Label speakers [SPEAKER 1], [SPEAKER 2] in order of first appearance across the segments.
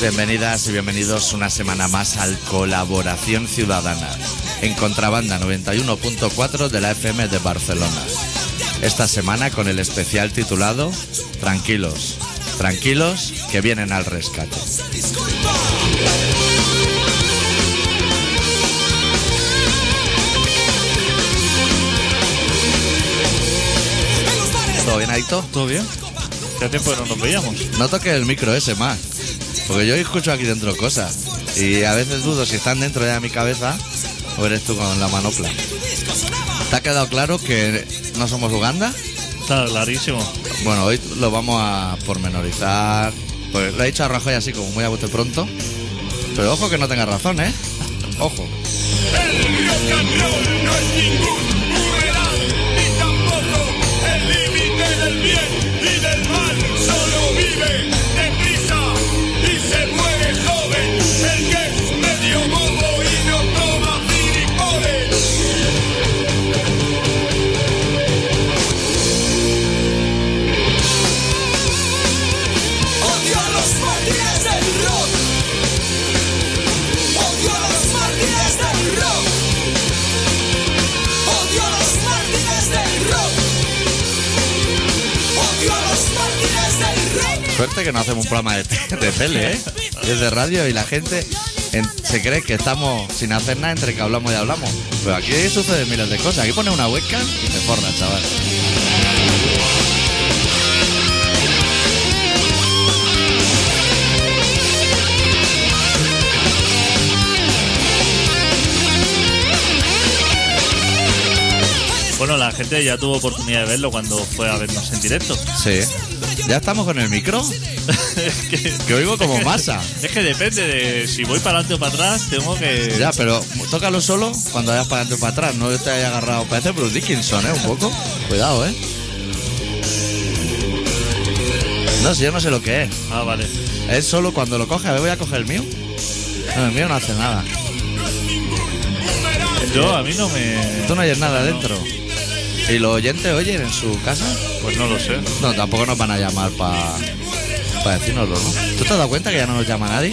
[SPEAKER 1] Bienvenidas y bienvenidos una semana más al Colaboración Ciudadana en Contrabanda 91.4 de la FM de Barcelona. Esta semana con el especial titulado Tranquilos, tranquilos que vienen al rescate. ¿Todo bien, Aito?
[SPEAKER 2] ¿Todo bien? Hace tiempo que no nos veíamos.
[SPEAKER 1] No toques el micro ese más, porque yo escucho aquí dentro cosas y a veces dudo si están dentro ya de mi cabeza o eres tú con la manopla. ¿Te ha quedado claro que no somos Uganda?
[SPEAKER 2] Está clarísimo.
[SPEAKER 1] Bueno, hoy lo vamos a pormenorizar. Pues lo ha dicho a Rajoy así como muy a bote pronto. Pero ojo que no tenga razón, ¿eh? Ojo.
[SPEAKER 3] El rock and roll no es ningún humedal ni tampoco el límite del bien y del mal. Solo vive deprisa y se muere joven. El que es medio bobo y no toma gilipollas.
[SPEAKER 4] Odio a los mártires del rock. Odio a los mártires del rock. Odio a los mártires del rock. Odio a los mártires del rock.
[SPEAKER 1] Suerte que no hacemos un programa de, te- de tele, ¿eh? Es de radio y la gente en- se cree que estamos sin hacer nada entre que hablamos y hablamos. Pero aquí suceden miles de cosas. Aquí pones una webcam y te forras, chaval.
[SPEAKER 2] Bueno, la gente ya tuvo oportunidad de verlo cuando fue a vernos en directo.
[SPEAKER 1] Sí. ¿Ya estamos con el micro? Que oigo como masa.
[SPEAKER 2] Es que depende de si voy para adelante o para atrás, tengo que...
[SPEAKER 1] Ya, pero tócalo solo cuando vayas para adelante o para atrás. No te hayas agarrado. Parece Bruce Dickinson, ¿eh? Un poco. Cuidado, ¿eh? No, si yo no sé lo que es.
[SPEAKER 2] Ah, vale.
[SPEAKER 1] Es solo cuando lo coge. A ver, voy a coger el mío. No, el mío no hace nada.
[SPEAKER 2] Yo, a mí no me...
[SPEAKER 1] Tú no oyes nada dentro. ¿Y los oyentes oyen en su casa?
[SPEAKER 2] Pues no lo sé.
[SPEAKER 1] No, tampoco nos van a llamar para pa decírnoslo, ¿no? ¿Tú te has dado cuenta que ya no nos llama nadie?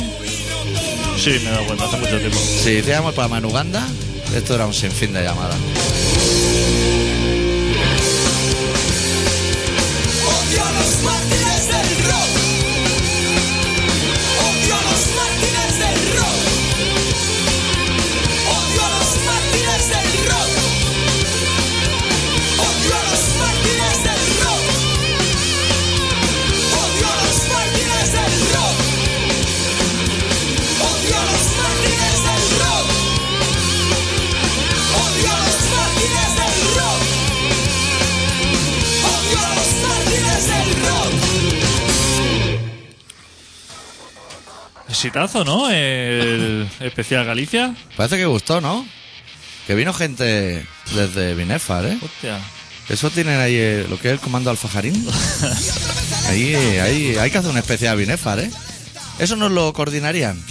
[SPEAKER 2] Sí, me he dado cuenta hace mucho tiempo.
[SPEAKER 1] Si hiciéramos el programa en Uganda, esto era un sinfín de llamadas.
[SPEAKER 4] Odio a los mártires del rock. Odio a los mártires del rock. Odio a los mártires del rock. Odio a los mártires del rock. Odio a los mártires del rock. Odio a los mártires del rock. Odio a los mártires del rock. Odio a los mártires del rock.
[SPEAKER 2] Exitazo, ¿no? El especial Galicia.
[SPEAKER 1] Parece que gustó, ¿no? Que vino gente desde Binefar, ¿eh?
[SPEAKER 2] Hostia.
[SPEAKER 1] Eso tienen ahí eh, lo que es el comando alfajarín. ahí, eh, ahí hay que hacer un especial Binefar, ¿eh? Eso nos lo coordinarían.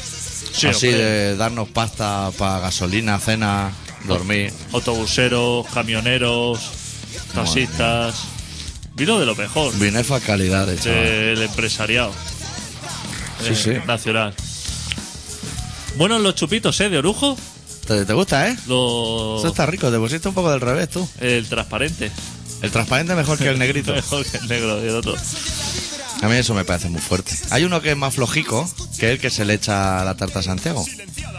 [SPEAKER 2] Sí,
[SPEAKER 1] Así
[SPEAKER 2] hombre.
[SPEAKER 1] de darnos pasta para gasolina, cena, dormir.
[SPEAKER 2] Autobuseros, camioneros, taxistas. Vino de lo mejor.
[SPEAKER 1] Binefar calidad, de chaval.
[SPEAKER 2] del este, empresariado
[SPEAKER 1] Sí,
[SPEAKER 2] Eh,
[SPEAKER 1] sí.
[SPEAKER 2] nacional. Bueno, los chupitos, ¿eh? De orujo,
[SPEAKER 1] ¿Te, te gusta, eh?
[SPEAKER 2] lo-
[SPEAKER 1] Eso está rico, te pusiste un poco del revés tú.
[SPEAKER 2] el transparente.
[SPEAKER 1] El transparente mejor que el negrito.
[SPEAKER 2] Mejor que el negro y el otro.
[SPEAKER 1] A mí eso me parece muy fuerte. Hay uno que es más flojico, que es el que se le echa a la tarta a Santiago.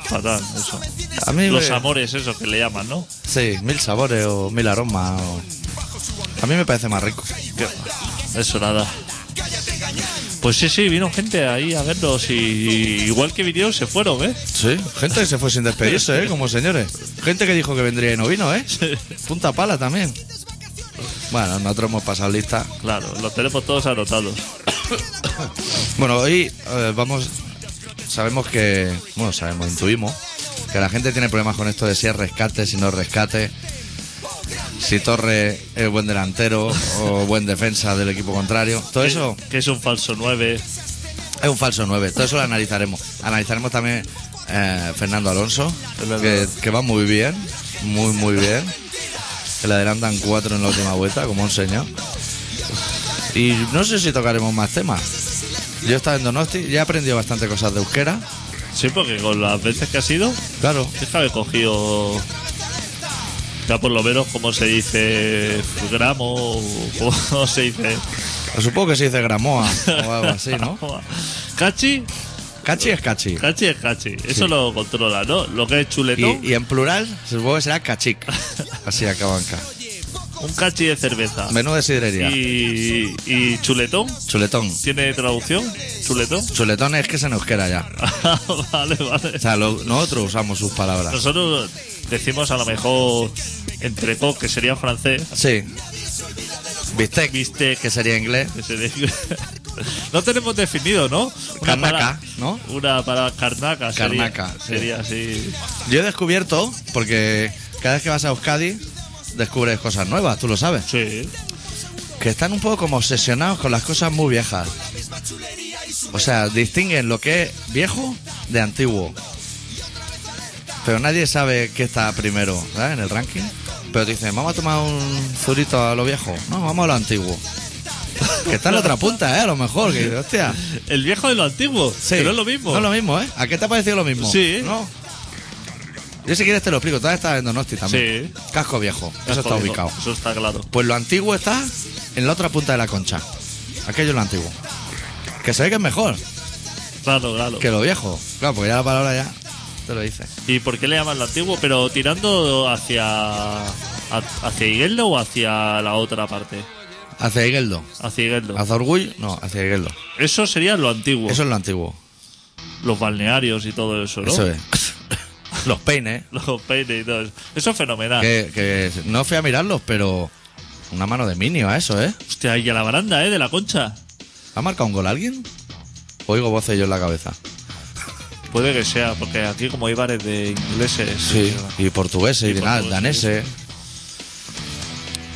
[SPEAKER 2] Fatal, eso.
[SPEAKER 1] A mí
[SPEAKER 2] Los
[SPEAKER 1] me-
[SPEAKER 2] amores, esos que le llaman, ¿no?
[SPEAKER 1] Sí, mil sabores o mil aromas. o- A mí me parece más rico.
[SPEAKER 2] Eso nada. Pues sí, sí, vino gente ahí a vernos y, y igual que vinieron se fueron, ¿eh?
[SPEAKER 1] Sí, gente que se fue sin despedirse, ¿eh? Como señores. Gente que dijo que vendría y no vino, ¿eh? Punta pala también. Bueno, nosotros hemos pasado lista.
[SPEAKER 2] Claro, los tenemos todos anotados.
[SPEAKER 1] Bueno, hoy eh, vamos. Sabemos que. Bueno, sabemos, intuimos. Que la gente tiene problemas con esto de si es rescate, si no es rescate. Si Torre es buen delantero o buen defensa del equipo contrario. Todo eso
[SPEAKER 2] Que, que es un falso 9.
[SPEAKER 1] es un falso 9. Todo eso lo analizaremos. Analizaremos también eh, Fernando Alonso, que, que va muy bien. Muy, muy bien. Que le adelantan cuatro en la última vuelta, como un señor. Y no sé si tocaremos más temas. Yo he estado en Donosti, ya he aprendido bastante cosas de euskera.
[SPEAKER 2] Sí, porque con las veces que ha sido,
[SPEAKER 1] Claro,
[SPEAKER 2] es que haber cogido. Ya por lo menos, como se dice, gramo, o como se dice.
[SPEAKER 1] supongo que se dice gramoa o algo así, ¿no?
[SPEAKER 2] Cachi,
[SPEAKER 1] Cachi es cachi.
[SPEAKER 2] cachi es cachi. Eso
[SPEAKER 1] Sí.
[SPEAKER 2] lo controla, ¿no? Lo que es chuletón,
[SPEAKER 1] Y, y en plural supongo que será cachic. Así acaban acá.
[SPEAKER 2] un cachi de cerveza.
[SPEAKER 1] Menú de sidrería.
[SPEAKER 2] Y, y chuletón,
[SPEAKER 1] Chuletón.
[SPEAKER 2] ¿tiene traducción? ¿Chuletón?
[SPEAKER 1] Chuletón es que se nos queda ya.
[SPEAKER 2] vale,
[SPEAKER 1] O
[SPEAKER 2] vale.
[SPEAKER 1] sea, lo- nosotros usamos sus palabras.
[SPEAKER 2] Nosotros decimos a lo mejor entrecot, que sería francés.
[SPEAKER 1] Sí. Bistec,
[SPEAKER 2] Viste
[SPEAKER 1] que sería inglés.
[SPEAKER 2] que se dice. No tenemos definido, ¿no?
[SPEAKER 1] Carnaca,
[SPEAKER 2] palabra-
[SPEAKER 1] ¿no?
[SPEAKER 2] Una para carnaca, sería-
[SPEAKER 1] Carnaca, sí.
[SPEAKER 2] sería, así.
[SPEAKER 1] Yo he descubierto, porque cada vez que vas a Euskadi descubres cosas nuevas, tú lo sabes.
[SPEAKER 2] Sí.
[SPEAKER 1] que están un poco como obsesionados con las cosas muy viejas. O sea, distinguen lo que es viejo de antiguo. Pero nadie sabe qué está primero, ¿sabes? En el ranking. Pero te dicen, vamos a tomar un zurito a lo viejo. No, vamos a lo antiguo. Que está en la otra punta, ¿eh? A lo mejor. Que, hostia.
[SPEAKER 2] El viejo de lo antiguo,
[SPEAKER 1] Sí.
[SPEAKER 2] que no es lo mismo.
[SPEAKER 1] No es lo mismo, ¿eh? ¿A qué te ha parecido lo mismo?
[SPEAKER 2] Sí.
[SPEAKER 1] ¿No? Yo si quieres te lo explico. Todavía estás en Donosti también.
[SPEAKER 2] Sí.
[SPEAKER 1] Casco viejo.
[SPEAKER 2] Casco
[SPEAKER 1] Eso está
[SPEAKER 2] viejo,
[SPEAKER 1] ubicado.
[SPEAKER 2] Eso está claro.
[SPEAKER 1] Pues lo antiguo está en la otra punta de la concha. Aquello es lo antiguo. Que se ve que es mejor
[SPEAKER 2] Claro, claro.
[SPEAKER 1] que lo viejo. Claro, porque ya la palabra ya te lo dice.
[SPEAKER 2] ¿Y por qué le llaman lo antiguo? Pero tirando hacia. ha- ¿Hacia Higueldo o hacia la otra parte?
[SPEAKER 1] Hacia Higueldo.
[SPEAKER 2] Hacia Higueldo.
[SPEAKER 1] Hacia Orgullo, no, hacia Higueldo.
[SPEAKER 2] Eso sería lo antiguo.
[SPEAKER 1] Ah. Eso es lo antiguo.
[SPEAKER 2] Los balnearios y todo eso, ¿no?
[SPEAKER 1] Eso es. Los peines.
[SPEAKER 2] Los peines y todo eso. Eso es fenomenal.
[SPEAKER 1] Que, que no fui a mirarlos, pero una mano de minio a eso, ¿eh?
[SPEAKER 2] Hostia, y a la baranda, ¿eh? De la concha.
[SPEAKER 1] ¿Ha marcado un gol alguien? Oigo voces yo en la cabeza.
[SPEAKER 2] Puede que sea, porque aquí como hay bares de ingleses.
[SPEAKER 1] Y portugueses y,
[SPEAKER 2] Y
[SPEAKER 1] de nada,
[SPEAKER 2] portugueses.
[SPEAKER 1] daneses.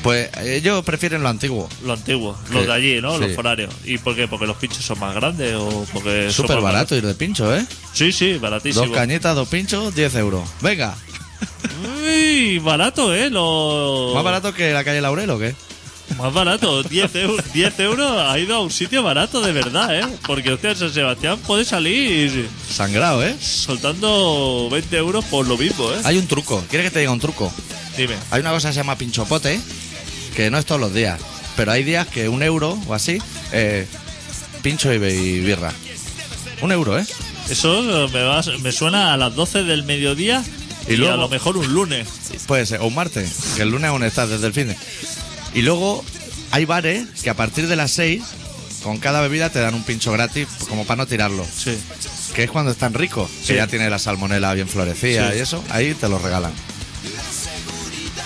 [SPEAKER 1] Pues ellos prefieren lo antiguo.
[SPEAKER 2] Lo antiguo, los
[SPEAKER 1] Sí,
[SPEAKER 2] de allí, ¿no? Los
[SPEAKER 1] sí.
[SPEAKER 2] forarios. ¿Y por qué? ¿Porque los pinchos son más grandes o porque son
[SPEAKER 1] Súper
[SPEAKER 2] más baratos?
[SPEAKER 1] barato ir de pincho, ¿eh?
[SPEAKER 2] Sí, sí,
[SPEAKER 1] Dos
[SPEAKER 2] baratísimo.
[SPEAKER 1] cañitas, dos pinchos, 10 euros. Venga,
[SPEAKER 2] Pues- Uy, barato, ¿eh? Lo...
[SPEAKER 1] más barato que la calle Laurel o qué?
[SPEAKER 2] Más barato, 10, eu- 10 euros ha ido a un sitio barato de verdad, ¿eh? Porque usted en San Sebastián puede salir
[SPEAKER 1] Sangrado, ¿eh?
[SPEAKER 2] soltando 20 euros por lo mismo, ¿eh?
[SPEAKER 1] Hay un truco, ¿quieres que te diga un truco?
[SPEAKER 2] Dime.
[SPEAKER 1] Hay una cosa que se llama pinchopote, que no es todos los días, pero hay días que un euro o así, eh, pincho y, be- y birra. Un euro, ¿eh?
[SPEAKER 2] Eso me, va- me suena a las 12 del mediodía
[SPEAKER 1] Y
[SPEAKER 2] y,
[SPEAKER 1] luego-
[SPEAKER 2] a lo mejor un lunes.
[SPEAKER 1] Puede ser, o un martes, que el lunes aún estás desde el fin. de- Y luego hay bares que a partir de las 6, con cada bebida te dan un pincho gratis, como para no tirarlo.
[SPEAKER 2] Sí.
[SPEAKER 1] Que es cuando están ricos,
[SPEAKER 2] Sí.
[SPEAKER 1] que ya tiene la salmonela bien florecida
[SPEAKER 2] Sí.
[SPEAKER 1] y eso, ahí te lo regalan.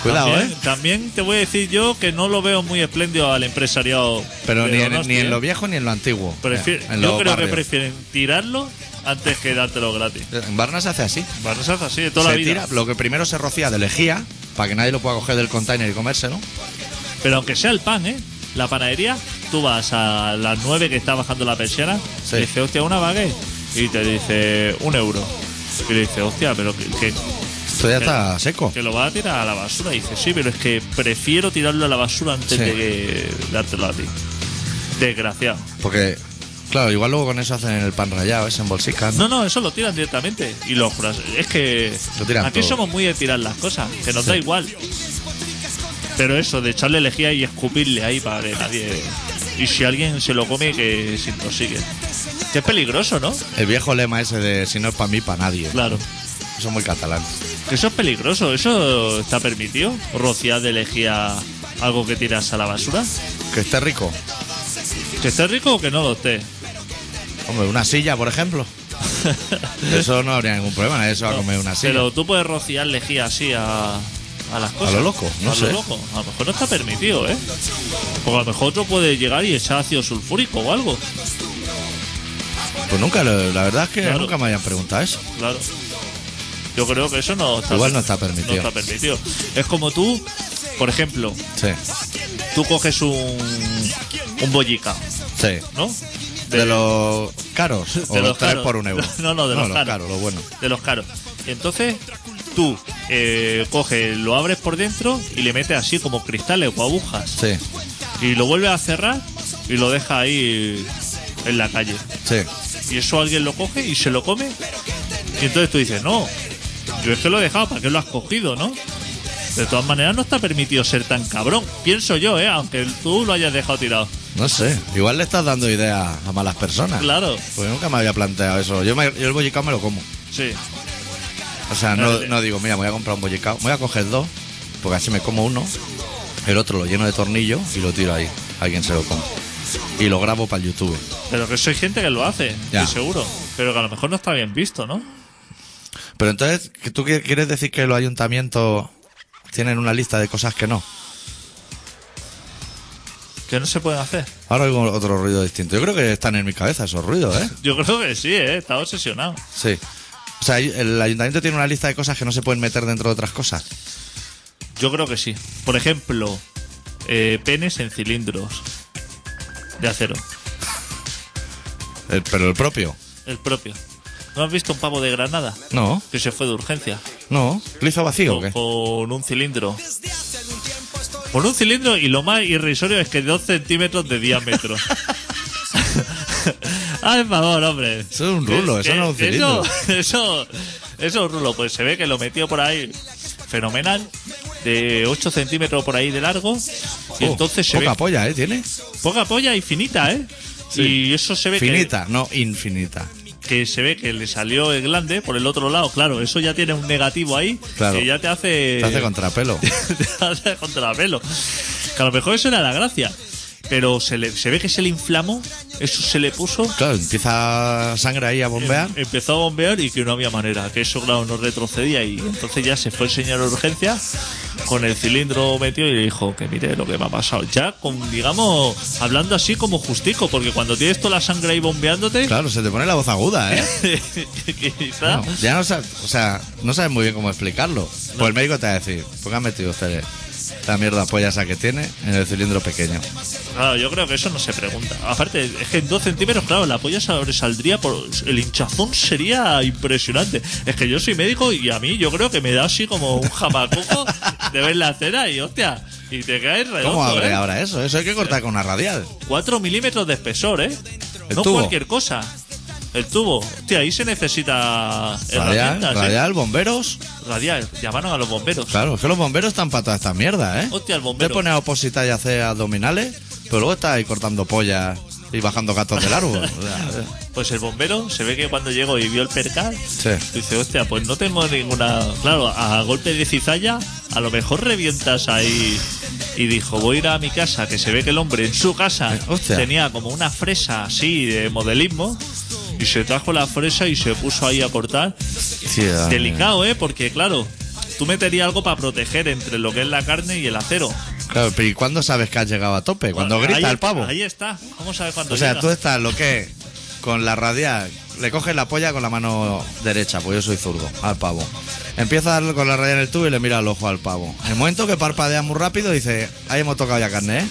[SPEAKER 1] Cuidado,
[SPEAKER 2] también,
[SPEAKER 1] ¿eh?
[SPEAKER 2] También te voy a decir yo que no lo veo muy espléndido al empresariado.
[SPEAKER 1] Pero
[SPEAKER 2] de
[SPEAKER 1] ni en,
[SPEAKER 2] Donosti,
[SPEAKER 1] ni en
[SPEAKER 2] ¿eh?
[SPEAKER 1] lo viejo ni en lo antiguo.
[SPEAKER 2] Prefier-
[SPEAKER 1] Eh, en
[SPEAKER 2] yo
[SPEAKER 1] los
[SPEAKER 2] creo que
[SPEAKER 1] barrios.
[SPEAKER 2] prefieren tirarlo antes que dártelo gratis.
[SPEAKER 1] En Barna se hace así.
[SPEAKER 2] Bueno, eso es así de toda
[SPEAKER 1] se
[SPEAKER 2] la vida.
[SPEAKER 1] tira, lo que primero se rocía de lejía, para que nadie lo pueda coger del container y comérselo.
[SPEAKER 2] Pero aunque sea el pan, ¿eh? La panadería, tú vas a las 9 que está bajando la persiana,
[SPEAKER 1] Sí.
[SPEAKER 2] y dices, hostia, una baguette, y te dice un euro. Y le dices, hostia, pero que, que-
[SPEAKER 1] Esto
[SPEAKER 2] Eh.
[SPEAKER 1] ya está seco.
[SPEAKER 2] que lo vas a tirar a la basura. Y dice, sí, pero es que prefiero tirarlo a la basura antes
[SPEAKER 1] Sí.
[SPEAKER 2] de que dártelo a ti. Desgraciado.
[SPEAKER 1] Porque, claro, igual luego con eso hacen el pan rallado, ese en bolsicas. ¿no?
[SPEAKER 2] No, no, eso lo tiran directamente. Y los fras- Es que
[SPEAKER 1] Lo tiran
[SPEAKER 2] aquí
[SPEAKER 1] todo.
[SPEAKER 2] somos muy de tirar las cosas, que nos da igual. Pero eso, de echarle lejía y escupirle ahí para que nadie. Y si alguien se lo come, que se intoxique. Que es peligroso, ¿no?
[SPEAKER 1] El viejo lema ese de si no es para mí, para nadie.
[SPEAKER 2] Claro.
[SPEAKER 1] Eso es muy catalán.
[SPEAKER 2] Que Eso es peligroso, eso está permitido. Rociar de lejía algo que tiras a la basura.
[SPEAKER 1] Que esté rico.
[SPEAKER 2] Que esté rico o que no lo esté.
[SPEAKER 1] Hombre, una silla, por ejemplo. Eso no habría ningún problema, nadie se va a comer una silla.
[SPEAKER 2] Pero tú puedes rociar lejía así a, a las cosas.
[SPEAKER 1] lo loco, no
[SPEAKER 2] a
[SPEAKER 1] sé.
[SPEAKER 2] Lo loco. A lo mejor no está permitido, ¿eh? Porque a lo mejor otro puede llegar y echar ácido sulfúrico o algo.
[SPEAKER 1] Pues nunca, lo- la verdad es que
[SPEAKER 2] Claro.
[SPEAKER 1] nunca me habían preguntado eso.
[SPEAKER 2] Claro. Yo creo que eso no está
[SPEAKER 1] Igual no está permitido.
[SPEAKER 2] No está permitido. Es como tú, por ejemplo,
[SPEAKER 1] Sí,
[SPEAKER 2] tú coges un, un bollica,
[SPEAKER 1] sí.
[SPEAKER 2] ¿no?
[SPEAKER 1] De, los caros, o
[SPEAKER 2] de
[SPEAKER 1] los,
[SPEAKER 2] los
[SPEAKER 1] tres
[SPEAKER 2] caros.
[SPEAKER 1] por un euro.
[SPEAKER 2] No, no, de los caros.
[SPEAKER 1] lo bueno.
[SPEAKER 2] de los caros. Entonces, tú eh, coges, lo abres por dentro y le metes así como cristales o agujas.
[SPEAKER 1] Sí,
[SPEAKER 2] y lo vuelve a cerrar y lo deja ahí en la calle.
[SPEAKER 1] Sí.
[SPEAKER 2] Y eso alguien lo coge y se lo come. Y entonces tú dices, no, yo es que lo he dejado, ¿para qué lo has cogido, no? De todas maneras no está permitido ser tan cabrón, pienso yo, ¿eh? Aunque tú lo hayas dejado tirado.
[SPEAKER 1] No sé. Igual le estás dando ideas a malas personas.
[SPEAKER 2] Claro,
[SPEAKER 1] Pues nunca me había planteado eso. Yo, me- yo el bollicao me lo como.
[SPEAKER 2] sí.
[SPEAKER 1] O sea, no,
[SPEAKER 2] Vale.
[SPEAKER 1] no digo, mira, me voy a comprar un bollicao. Me voy a coger dos, porque así me como uno. El otro lo lleno de tornillo y lo tiro ahí. Alguien se lo come. Y lo grabo para el YouTube.
[SPEAKER 2] Pero que soy gente que lo hace,
[SPEAKER 1] Ya.
[SPEAKER 2] estoy seguro. Pero que a lo mejor no está bien visto, ¿no?
[SPEAKER 1] Pero entonces, ¿que ¿tú qui- quieres decir que los ayuntamientos tienen una lista de cosas que no?
[SPEAKER 2] Que no se puede hacer.
[SPEAKER 1] Ahora oigo otro ruido distinto. Yo creo que están en mi cabeza esos ruidos, ¿eh?
[SPEAKER 2] Yo creo que sí, ¿eh? Está obsesionado.
[SPEAKER 1] Sí. O sea, el ayuntamiento tiene una lista de cosas que no se pueden meter dentro de otras cosas.
[SPEAKER 2] Yo creo que sí. Por ejemplo, eh, penes en cilindros de acero.
[SPEAKER 1] El- pero el propio.
[SPEAKER 2] El propio. ¿No has visto un pavo de Granada?
[SPEAKER 1] No,
[SPEAKER 2] Que se fue de urgencia.
[SPEAKER 1] no. ¿Lo hizo vacío o
[SPEAKER 2] con,
[SPEAKER 1] qué?
[SPEAKER 2] con un cilindro. Con un cilindro y lo más irrisorio es que 2 centímetros de diámetro. Haz el favor, hombre.
[SPEAKER 1] Eso es un rulo,
[SPEAKER 2] Que-
[SPEAKER 1] eso no es un
[SPEAKER 2] que
[SPEAKER 1] cilindro.
[SPEAKER 2] Eso, eso, eso es un rulo. Pues se ve que lo metió por ahí fenomenal, de 8 centímetros por ahí de largo. Y
[SPEAKER 1] Oh,
[SPEAKER 2] entonces se
[SPEAKER 1] poca
[SPEAKER 2] ve
[SPEAKER 1] polla, ¿eh? Tiene.
[SPEAKER 2] poca polla y finita, ¿eh? Y eso se ve que-
[SPEAKER 1] Finita, no infinita.
[SPEAKER 2] que se ve que le salió el glande por el otro lado. Claro, eso ya tiene un negativo ahí
[SPEAKER 1] Claro.
[SPEAKER 2] que ya te hace...
[SPEAKER 1] Te hace contrapelo.
[SPEAKER 2] te hace contrapelo. Que a lo mejor eso era la gracia. Pero se, le, se ve que se le inflamó, eso se le puso,
[SPEAKER 1] Claro, empieza sangre ahí a bombear.
[SPEAKER 2] empezó a bombear y que no había manera, que eso claro no retrocedía y entonces ya se fue el señor a urgencias con el cilindro metido y le dijo que mire lo que me ha pasado. Ya con, digamos, hablando así como justico, porque cuando tienes toda la sangre ahí bombeándote,
[SPEAKER 1] Claro, se te pone la voz aguda, ¿eh?
[SPEAKER 2] quizá...
[SPEAKER 1] No, ya no sabes, o sea, no sabes muy bien cómo explicarlo. Pues el médico te va a decir, ¿por qué han metido ustedes la mierda polla esa que tiene en el cilindro pequeño?
[SPEAKER 2] Claro, yo creo que eso no se pregunta. Aparte, es que en 2 centímetros, claro, la polla sobresaldría por. El hinchazón sería impresionante. Es que yo soy médico y a mí yo creo que me da así como un jamacuco de ver la cera y hostia. Y te caes redondo.
[SPEAKER 1] ¿Cómo abre
[SPEAKER 2] ¿eh?
[SPEAKER 1] ahora eso? Eso hay que cortar con una radial.
[SPEAKER 2] 4 milímetros de espesor, ¿eh?
[SPEAKER 1] El
[SPEAKER 2] no
[SPEAKER 1] tubo.
[SPEAKER 2] cualquier cosa. El tubo. Hostia, ahí se necesita.
[SPEAKER 1] Radial,
[SPEAKER 2] herramientas, ¿eh?
[SPEAKER 1] radial, bomberos.
[SPEAKER 2] Radial. Llamaron a los bomberos.
[SPEAKER 1] Claro, es que los bomberos están para toda esta mierda, ¿eh?
[SPEAKER 2] Hostia, el
[SPEAKER 1] Te
[SPEAKER 2] bombero.
[SPEAKER 1] pones a opositar y hacer abdominales, pero luego estás ahí cortando pollas y bajando gatos del árbol. O sea,
[SPEAKER 2] Pues el bombero se ve que cuando llegó y vio el percal,
[SPEAKER 1] Sí.
[SPEAKER 2] dice, hostia, pues no tengo ninguna... Claro, a golpe de cizalla, a lo mejor revientas ahí. Y dijo, voy a ir a mi casa, que se ve que el hombre en su casa
[SPEAKER 1] Eh, hostia.
[SPEAKER 2] tenía como una fresa así de modelismo. Y se trajo la fresa y se puso ahí a cortar.
[SPEAKER 1] tía.
[SPEAKER 2] Delicado, ¿eh? Porque claro, tú meterías algo para proteger entre lo que es la carne y el acero.
[SPEAKER 1] Claro, pero ¿y cuándo sabes que has llegado a tope? Cuando
[SPEAKER 2] Ahí
[SPEAKER 1] grita el
[SPEAKER 2] está,
[SPEAKER 1] pavo.
[SPEAKER 2] Ahí está. ¿Cómo sabes cuándo
[SPEAKER 1] O sea,
[SPEAKER 2] llega? Ah,
[SPEAKER 1] tú estás lo que con la radial, le coges la polla con la mano derecha, pues yo soy zurdo, al pavo. Empieza a darle con la radial en el tubo y le mira el ojo al pavo. En el momento que parpadea muy rápido, dice, ahí hemos tocado ya carne, ¿eh?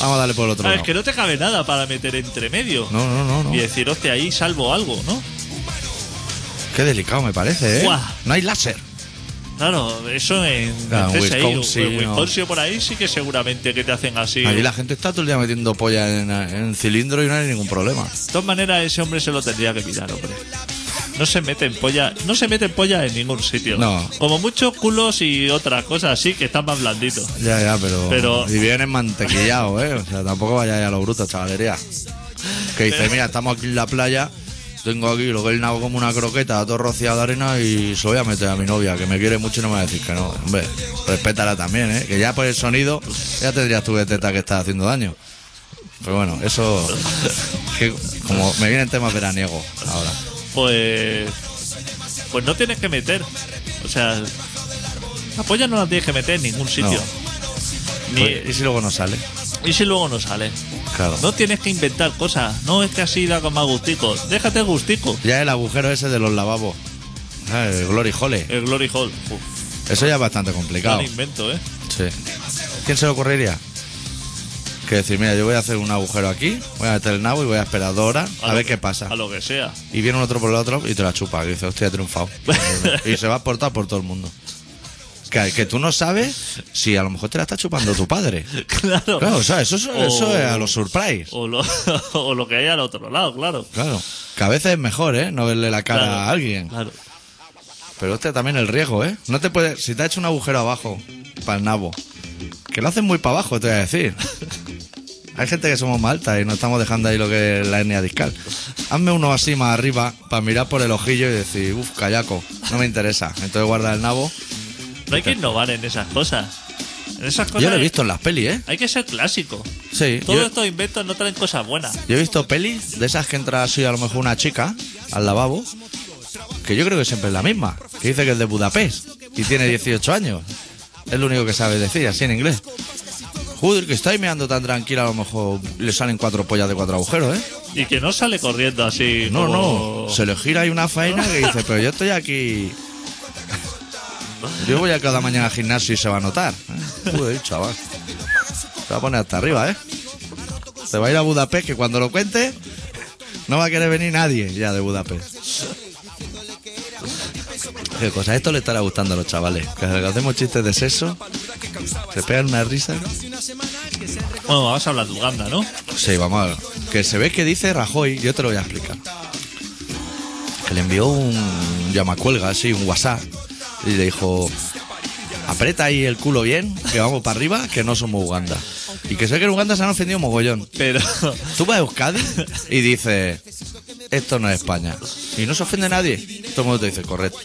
[SPEAKER 1] Vamos a darle por el otro
[SPEAKER 2] Ah,
[SPEAKER 1] lado.
[SPEAKER 2] es que no te cabe nada para meter entre medio.
[SPEAKER 1] No, no, no, no.
[SPEAKER 2] Y decir, hostia, ahí salvo algo, ¿no?
[SPEAKER 1] Qué delicado me parece, ¿eh?
[SPEAKER 2] Guau.
[SPEAKER 1] No hay láser.
[SPEAKER 2] Claro, eso en,
[SPEAKER 1] Claro,
[SPEAKER 2] en CSI,
[SPEAKER 1] Wisconsin,
[SPEAKER 2] en
[SPEAKER 1] ¿no?
[SPEAKER 2] Wisconsin por ahí sí que seguramente que te hacen así.
[SPEAKER 1] Allí la gente está todo el día metiendo polla en, en cilindro y no hay ningún problema.
[SPEAKER 2] De todas maneras, ese hombre se lo tendría que mirar, hombre. No se mete en polla, no se mete en polla en ningún sitio.
[SPEAKER 1] No.
[SPEAKER 2] Como muchos culos y otras cosas así que están más blanditos.
[SPEAKER 1] Ya, ya, pero...
[SPEAKER 2] Pero-
[SPEAKER 1] Y vienen mantequillados, ¿eh? O sea, tampoco vayáis a lo bruto, chavalería. Que dice, mira, estamos aquí en la playa, tengo aquí lo que es nabo como una croqueta, todo rociado de arena y se lo voy a meter a mi novia, que me quiere mucho y no me va a decir que no. Hombre, respétala también, ¿eh? Que ya por el sonido ya tendrías tu de teta que está haciendo daño. Pero bueno, eso... que como me vienen temas veraniegos ahora.
[SPEAKER 2] Pues. Pues no tienes que meter. O sea, la polla no la tienes que meter en ningún sitio. Ni-
[SPEAKER 1] Pues, ¿Y si luego no sale?
[SPEAKER 2] y si luego no sale.
[SPEAKER 1] Claro.
[SPEAKER 2] No tienes que inventar cosas. No es que así da con más gustico. Déjate el gustico.
[SPEAKER 1] Ya el agujero ese de los lavabos. Ah, el Glory Hole.
[SPEAKER 2] El Glory Hall. Uf,
[SPEAKER 1] Eso ya es bastante complicado.
[SPEAKER 2] gran invento, ¿eh?
[SPEAKER 1] Sí. ¿Quién se le ocurriría? Que decir, mira, yo voy a hacer un agujero aquí, voy a meter el nabo y voy a esperar dos horas a,
[SPEAKER 2] lo
[SPEAKER 1] ver
[SPEAKER 2] que-
[SPEAKER 1] qué pasa.
[SPEAKER 2] A lo que sea.
[SPEAKER 1] Y viene un otro por el otro y te la chupa. Y dice, hostia, he triunfado. y se va a portar por todo el mundo. que, que tú no sabes si a lo mejor te la está chupando tu padre.
[SPEAKER 2] Claro.
[SPEAKER 1] Claro, o sea, eso es,
[SPEAKER 2] O-
[SPEAKER 1] eso es a los surprise.
[SPEAKER 2] O lo, o lo que hay al otro lado, claro.
[SPEAKER 1] Claro. Que a veces es mejor, ¿eh? No verle la cara
[SPEAKER 2] Claro,
[SPEAKER 1] a alguien.
[SPEAKER 2] Claro.
[SPEAKER 1] Pero este también el riesgo, ¿eh? No te puedes. Si te ha hecho un agujero abajo, para el nabo, que lo hacen muy para abajo, te voy a decir. Hay gente que somos más alta y nos estamos dejando ahí lo que es la hernia discal. Hazme uno así más arriba para mirar por el ojillo y decir, uff, callaco, no me interesa. Entonces guarda el nabo.
[SPEAKER 2] No hay que innovar en esas cosas. En esas cosas.
[SPEAKER 1] Yo lo he
[SPEAKER 2] hay-
[SPEAKER 1] visto en las pelis, ¿eh?
[SPEAKER 2] Hay que ser clásico.
[SPEAKER 1] Sí.
[SPEAKER 2] Todos
[SPEAKER 1] Yo,
[SPEAKER 2] estos inventos no traen cosas buenas.
[SPEAKER 1] yo he visto pelis de esas que entra así a lo mejor una chica al lavabo, que yo creo que siempre es la misma, que dice que es de Budapest y tiene 18 años. Es lo único que sabe decir, así en inglés. Joder, que estáis meando tan tranquila, a lo mejor le salen cuatro pollas de cuatro agujeros, ¿eh?
[SPEAKER 2] Y que no sale corriendo así.
[SPEAKER 1] No,
[SPEAKER 2] como-
[SPEAKER 1] no, se le gira ahí una faena que dice, pero yo estoy aquí. Yo voy a cada mañana al gimnasio y se va a notar. ¿eh? Joder, chaval. Te va a poner hasta arriba, ¿eh? Te va a ir a Budapest, que cuando lo cuente, no va a querer venir nadie ya de Budapest. Qué cosa, esto le estará gustando a los chavales. Que hacemos chistes de sexo, se pegan una risa.
[SPEAKER 2] Bueno, vamos a hablar de Uganda, ¿no?
[SPEAKER 1] Sí, vamos a ver. Que se ve que dice Rajoy, yo te lo voy a explicar. Que le envió un llamacuelga, así, un WhatsApp. Y le dijo, aprieta ahí el culo bien, que vamos para arriba, que no somos Uganda. Y que sé que en Uganda se han ofendido mogollón.
[SPEAKER 2] Pero.
[SPEAKER 1] Tú vas a Euskadi y dices, esto no es España. Y no se ofende nadie. Todo el mundo te dice, correcto.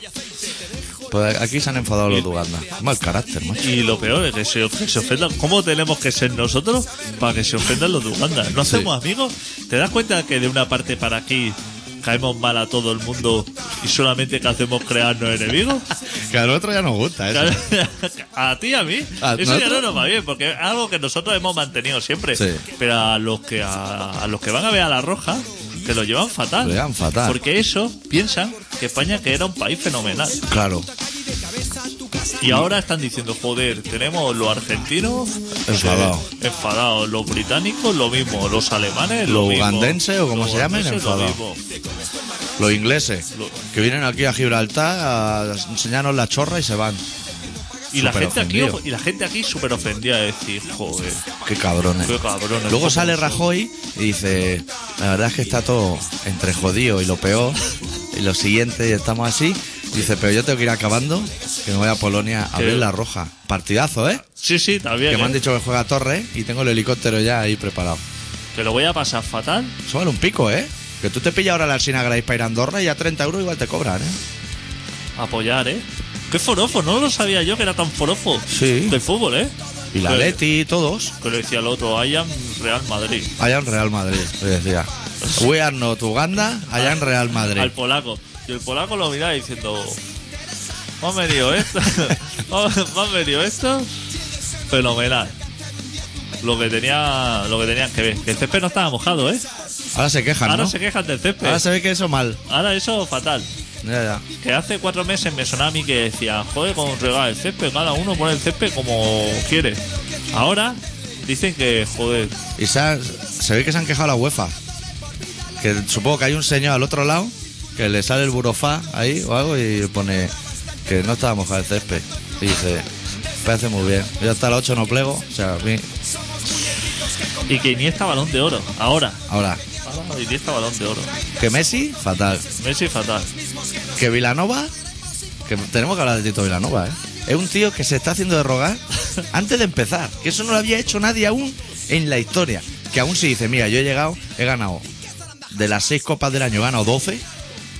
[SPEAKER 1] Pues aquí se han enfadado los de Uganda. Mal carácter, macho.
[SPEAKER 2] Y lo peor es que se, que se ofendan. ¿Cómo tenemos que ser nosotros para que se ofendan los de Uganda? ¿No
[SPEAKER 1] Sí.
[SPEAKER 2] hacemos amigos? ¿Te das cuenta que de una parte para aquí caemos mal a todo el mundo y solamente que hacemos crearnos enemigos?
[SPEAKER 1] Que al otro ya nos gusta ¿eh? eso.
[SPEAKER 2] a ti, a mí.
[SPEAKER 1] ¿A
[SPEAKER 2] Eso ya
[SPEAKER 1] nosotros?
[SPEAKER 2] no nos va bien, porque es algo que nosotros hemos mantenido siempre.
[SPEAKER 1] Sí.
[SPEAKER 2] Pero a los que a, a los que van a ver a la roja, que lo llevan fatal.
[SPEAKER 1] Lo llevan fatal.
[SPEAKER 2] Porque eso piensan que España que era un país fenomenal.
[SPEAKER 1] Claro.
[SPEAKER 2] Y ahora están diciendo, joder, tenemos los argentinos eh,
[SPEAKER 1] Enfadados.
[SPEAKER 2] enfadados, los británicos lo mismo, los alemanes lo
[SPEAKER 1] Los
[SPEAKER 2] mismo.
[SPEAKER 1] ugandenses, o como
[SPEAKER 2] Los
[SPEAKER 1] se llamen,
[SPEAKER 2] ugandenses, lo
[SPEAKER 1] enfadados.
[SPEAKER 2] mismo.
[SPEAKER 1] Los ingleses,
[SPEAKER 2] Lo-
[SPEAKER 1] que vienen aquí a Gibraltar a enseñarnos la chorra y se van.
[SPEAKER 2] Y la,
[SPEAKER 1] Súper
[SPEAKER 2] gente aquí,
[SPEAKER 1] ofendido.
[SPEAKER 2] y la gente aquí súper ofendida de decir, joder,
[SPEAKER 1] Qué cabrones.
[SPEAKER 2] qué cabrones.
[SPEAKER 1] Luego
[SPEAKER 2] somos".
[SPEAKER 1] sale Rajoy y dice, la verdad es que está todo entre jodido y lo peor, y lo siguiente, y estamos así. Dice, pero yo tengo que ir acabando, que me voy a Polonia a
[SPEAKER 2] Sí.
[SPEAKER 1] ver la roja. Partidazo, ¿eh?
[SPEAKER 2] Sí, sí, también.
[SPEAKER 1] Que
[SPEAKER 2] ¿eh?
[SPEAKER 1] me han dicho que juega Torres y tengo el helicóptero ya ahí preparado.
[SPEAKER 2] Que lo voy a pasar fatal.
[SPEAKER 1] Eso vale un pico, ¿eh? Que tú te pillas ahora la Alsina Grace para ir a Andorra y a 30 euros igual te cobran, ¿eh?
[SPEAKER 2] Apoyar, ¿eh? Qué forofo, no lo sabía yo que era tan forofo.
[SPEAKER 1] Sí.
[SPEAKER 2] Del fútbol, ¿eh?
[SPEAKER 1] Y la
[SPEAKER 2] Que-
[SPEAKER 1] Leti, todos.
[SPEAKER 2] Que le decía el otro, I am Real Madrid.
[SPEAKER 1] Allá en Real Madrid, le decía. We are not Uganda, allá en Real Madrid.
[SPEAKER 2] Al polaco. Y el polaco lo miraba diciendo, "Oh, me han venido esto, oh, me han venido esto. Fenomenal. Lo que tenía, lo que tenían que ver. Que el césped no estaba mojado, ¿eh?
[SPEAKER 1] Ahora se quejan,
[SPEAKER 2] Ahora
[SPEAKER 1] ¿no? Ah,
[SPEAKER 2] se quejan del césped.
[SPEAKER 1] Ahora se ve que eso mal.
[SPEAKER 2] Ahora eso fatal.
[SPEAKER 1] Ya, ya.
[SPEAKER 2] Que hace cuatro meses me sonaba a mí que decía, joder, con regar el césped, cada uno pone el césped como quiere. Ahora dicen que, joder,
[SPEAKER 1] Y se, ha- se ve que se han quejado la UEFA. Que supongo que hay un señor al otro lado que le sale el burofá ahí o algo y pone que no estaba mojado el césped. Y dice, parece muy bien. Yo hasta las 8 no plego. O sea, a mí,
[SPEAKER 2] y que Iniesta balón de oro. Ahora,
[SPEAKER 1] ahora,
[SPEAKER 2] ahora Iniesta balón de oro.
[SPEAKER 1] que Messi, fatal.
[SPEAKER 2] Messi fatal.
[SPEAKER 1] Que Vilanova, que tenemos que hablar de Tito Vilanova, ¿eh? Es un tío que se está haciendo de rogar antes de empezar, que eso no lo había hecho nadie aún en la historia. Que aún se dice, mira, yo he llegado, he ganado de las seis copas del año, he ganado 12,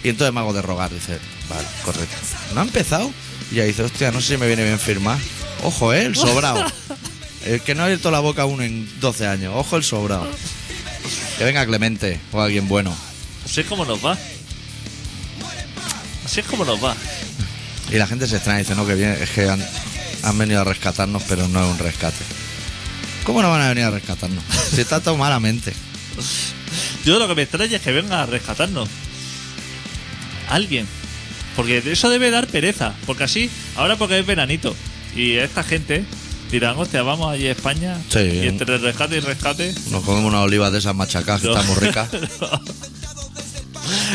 [SPEAKER 1] y entonces me hago de rogar. Dice, vale, correcto. No ha empezado, y ya dice, hostia, no sé si me viene bien firmar. Ojo, ¿eh? El sobrado. El que no ha abierto la boca a uno en 12 años. Ojo, el sobrado. Que venga Clemente o alguien bueno.
[SPEAKER 2] Así es como nos va. Así es como nos va.
[SPEAKER 1] Y la gente se extraña y dice, no, que bien, es que han, han venido a rescatarnos, pero no es un rescate. ¿Cómo no van a venir a rescatarnos? Se está todo malamente.
[SPEAKER 2] Yo lo que me extraña es que venga a rescatarnos. Alguien. Porque eso debe dar pereza. Porque así, ahora porque es veranito. Y esta gente dirán, hostia, vamos allí a España.
[SPEAKER 1] Sí.
[SPEAKER 2] Y entre rescate y rescate.
[SPEAKER 1] Nos comemos unas olivas de esas machacadas que
[SPEAKER 2] No.
[SPEAKER 1] están muy ricas.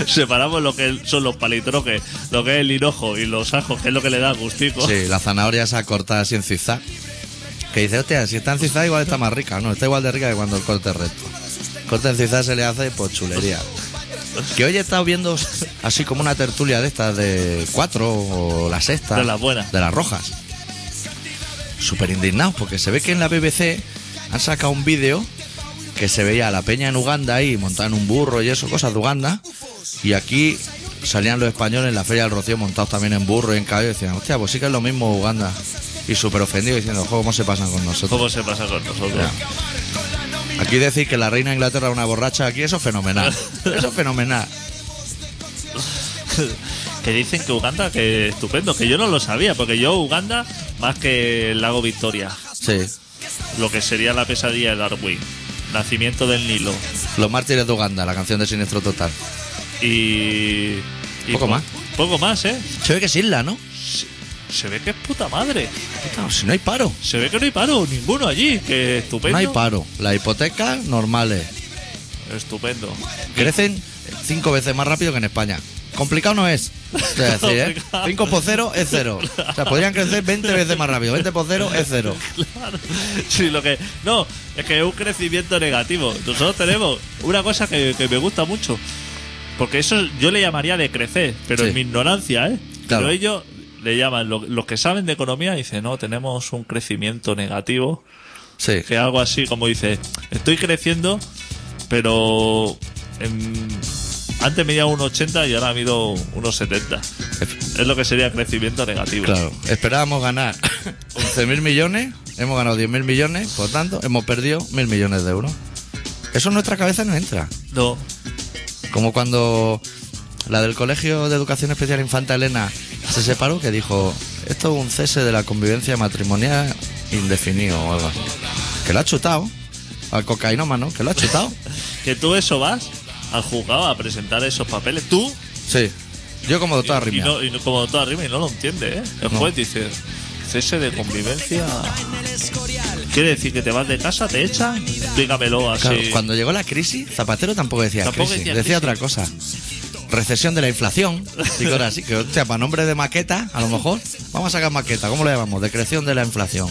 [SPEAKER 2] separamos lo que son los palitroques, lo que es el hinojo y los ajos, que es lo que le da gustico.
[SPEAKER 1] Sí, la zanahoria esa cortada así en zigzag. Que dice, hostia, si está en zigzag igual está más rica. No, está igual de rica que cuando el corte es recto. Corte en zigzag se le hace por chulería. Que hoy he estado viendo así como una tertulia de estas de cuatro o la sexta.
[SPEAKER 2] De las buenas.
[SPEAKER 1] De las rojas. Súper indignados porque se ve que en la BBC han sacado un vídeo que se veía a la peña en Uganda ahí montada en un burro y eso, cosas de Uganda. Y aquí salían los españoles en la Feria del Rocío montados también en burro y en caballo y decían, hostia, pues sí que es lo mismo Uganda. Y súper ofendido diciendo, "Jo, ¿cómo se pasan con nosotros?
[SPEAKER 2] ¿Cómo se pasa con nosotros?
[SPEAKER 1] Aquí decir que la reina de Inglaterra es una borracha, aquí eso es fenomenal. Eso es fenomenal.
[SPEAKER 2] que dicen que Uganda, que estupendo, que yo no lo sabía, porque yo Uganda más que el lago Victoria,
[SPEAKER 1] Sí.
[SPEAKER 2] lo que sería la pesadilla de Darwin, nacimiento del Nilo
[SPEAKER 1] Los mártires de Uganda, la canción de Siniestro Total.
[SPEAKER 2] y... y
[SPEAKER 1] Poco
[SPEAKER 2] po-
[SPEAKER 1] más.
[SPEAKER 2] Poco más, ¿eh?
[SPEAKER 1] Se ve que es isla, ¿no?
[SPEAKER 2] Se ve que es puta madre.
[SPEAKER 1] Claro, si no hay paro.
[SPEAKER 2] Se ve que no hay paro ninguno allí, que estupendo.
[SPEAKER 1] No hay paro. Las hipotecas normales.
[SPEAKER 2] Estupendo.
[SPEAKER 1] Crecen cinco veces más rápido que en España. Complicado no es. Es decir, ¿eh?
[SPEAKER 2] Complicado.
[SPEAKER 1] 5 por 0 es 0. O sea, podrían crecer 20 veces más rápido. 20 por 0 es 0.
[SPEAKER 2] Claro. Sí, lo que. No, es que es un crecimiento negativo. Nosotros tenemos una cosa que, que me gusta mucho. Porque eso yo le llamaría de crecer, pero
[SPEAKER 1] Sí.
[SPEAKER 2] en mi ignorancia, ¿eh?
[SPEAKER 1] Claro.
[SPEAKER 2] Pero ellos le llaman, lo- los que saben de economía, dicen, no, tenemos un crecimiento negativo.
[SPEAKER 1] Sí.
[SPEAKER 2] Que algo así como dice, estoy creciendo, pero. em, antes medía un 80 y ahora mido unos 70. Es lo que sería crecimiento negativo.
[SPEAKER 1] Claro. Esperábamos ganar 11.000 millones. Hemos ganado 10.000 millones. Por tanto, hemos perdido 1.000 millones de euros. Eso en nuestra cabeza no entra.
[SPEAKER 2] No,
[SPEAKER 1] Como cuando la del Colegio de Educación Especial Infanta Elena se separó, que dijo, esto es un cese de la convivencia matrimonial indefinido o algo así. Que lo ha chutado. Al cocainómano, que lo ha chutado.
[SPEAKER 2] que tú eso vas al juzgado a presentar esos papeles. Tú,
[SPEAKER 1] Sí. Yo como doctor
[SPEAKER 2] y
[SPEAKER 1] Arrimia.
[SPEAKER 2] no, y no- como todo arriba, y no lo entiende, ¿eh? El
[SPEAKER 1] No.
[SPEAKER 2] juez dice, cese de convivencia. ¿Quiere decir que te vas de casa, te echan? Dígamelo así.
[SPEAKER 1] Claro, cuando llegó la crisis, Zapatero tampoco decía
[SPEAKER 2] Tampoco
[SPEAKER 1] crisis,
[SPEAKER 2] decía
[SPEAKER 1] decía, otra
[SPEAKER 2] crisis.
[SPEAKER 1] cosa. Recesión de la inflación y cosas así. Que, hostia, para nombre de maqueta, a lo mejor, vamos a sacar maqueta. ¿Cómo lo llamamos? Decreción de la inflación.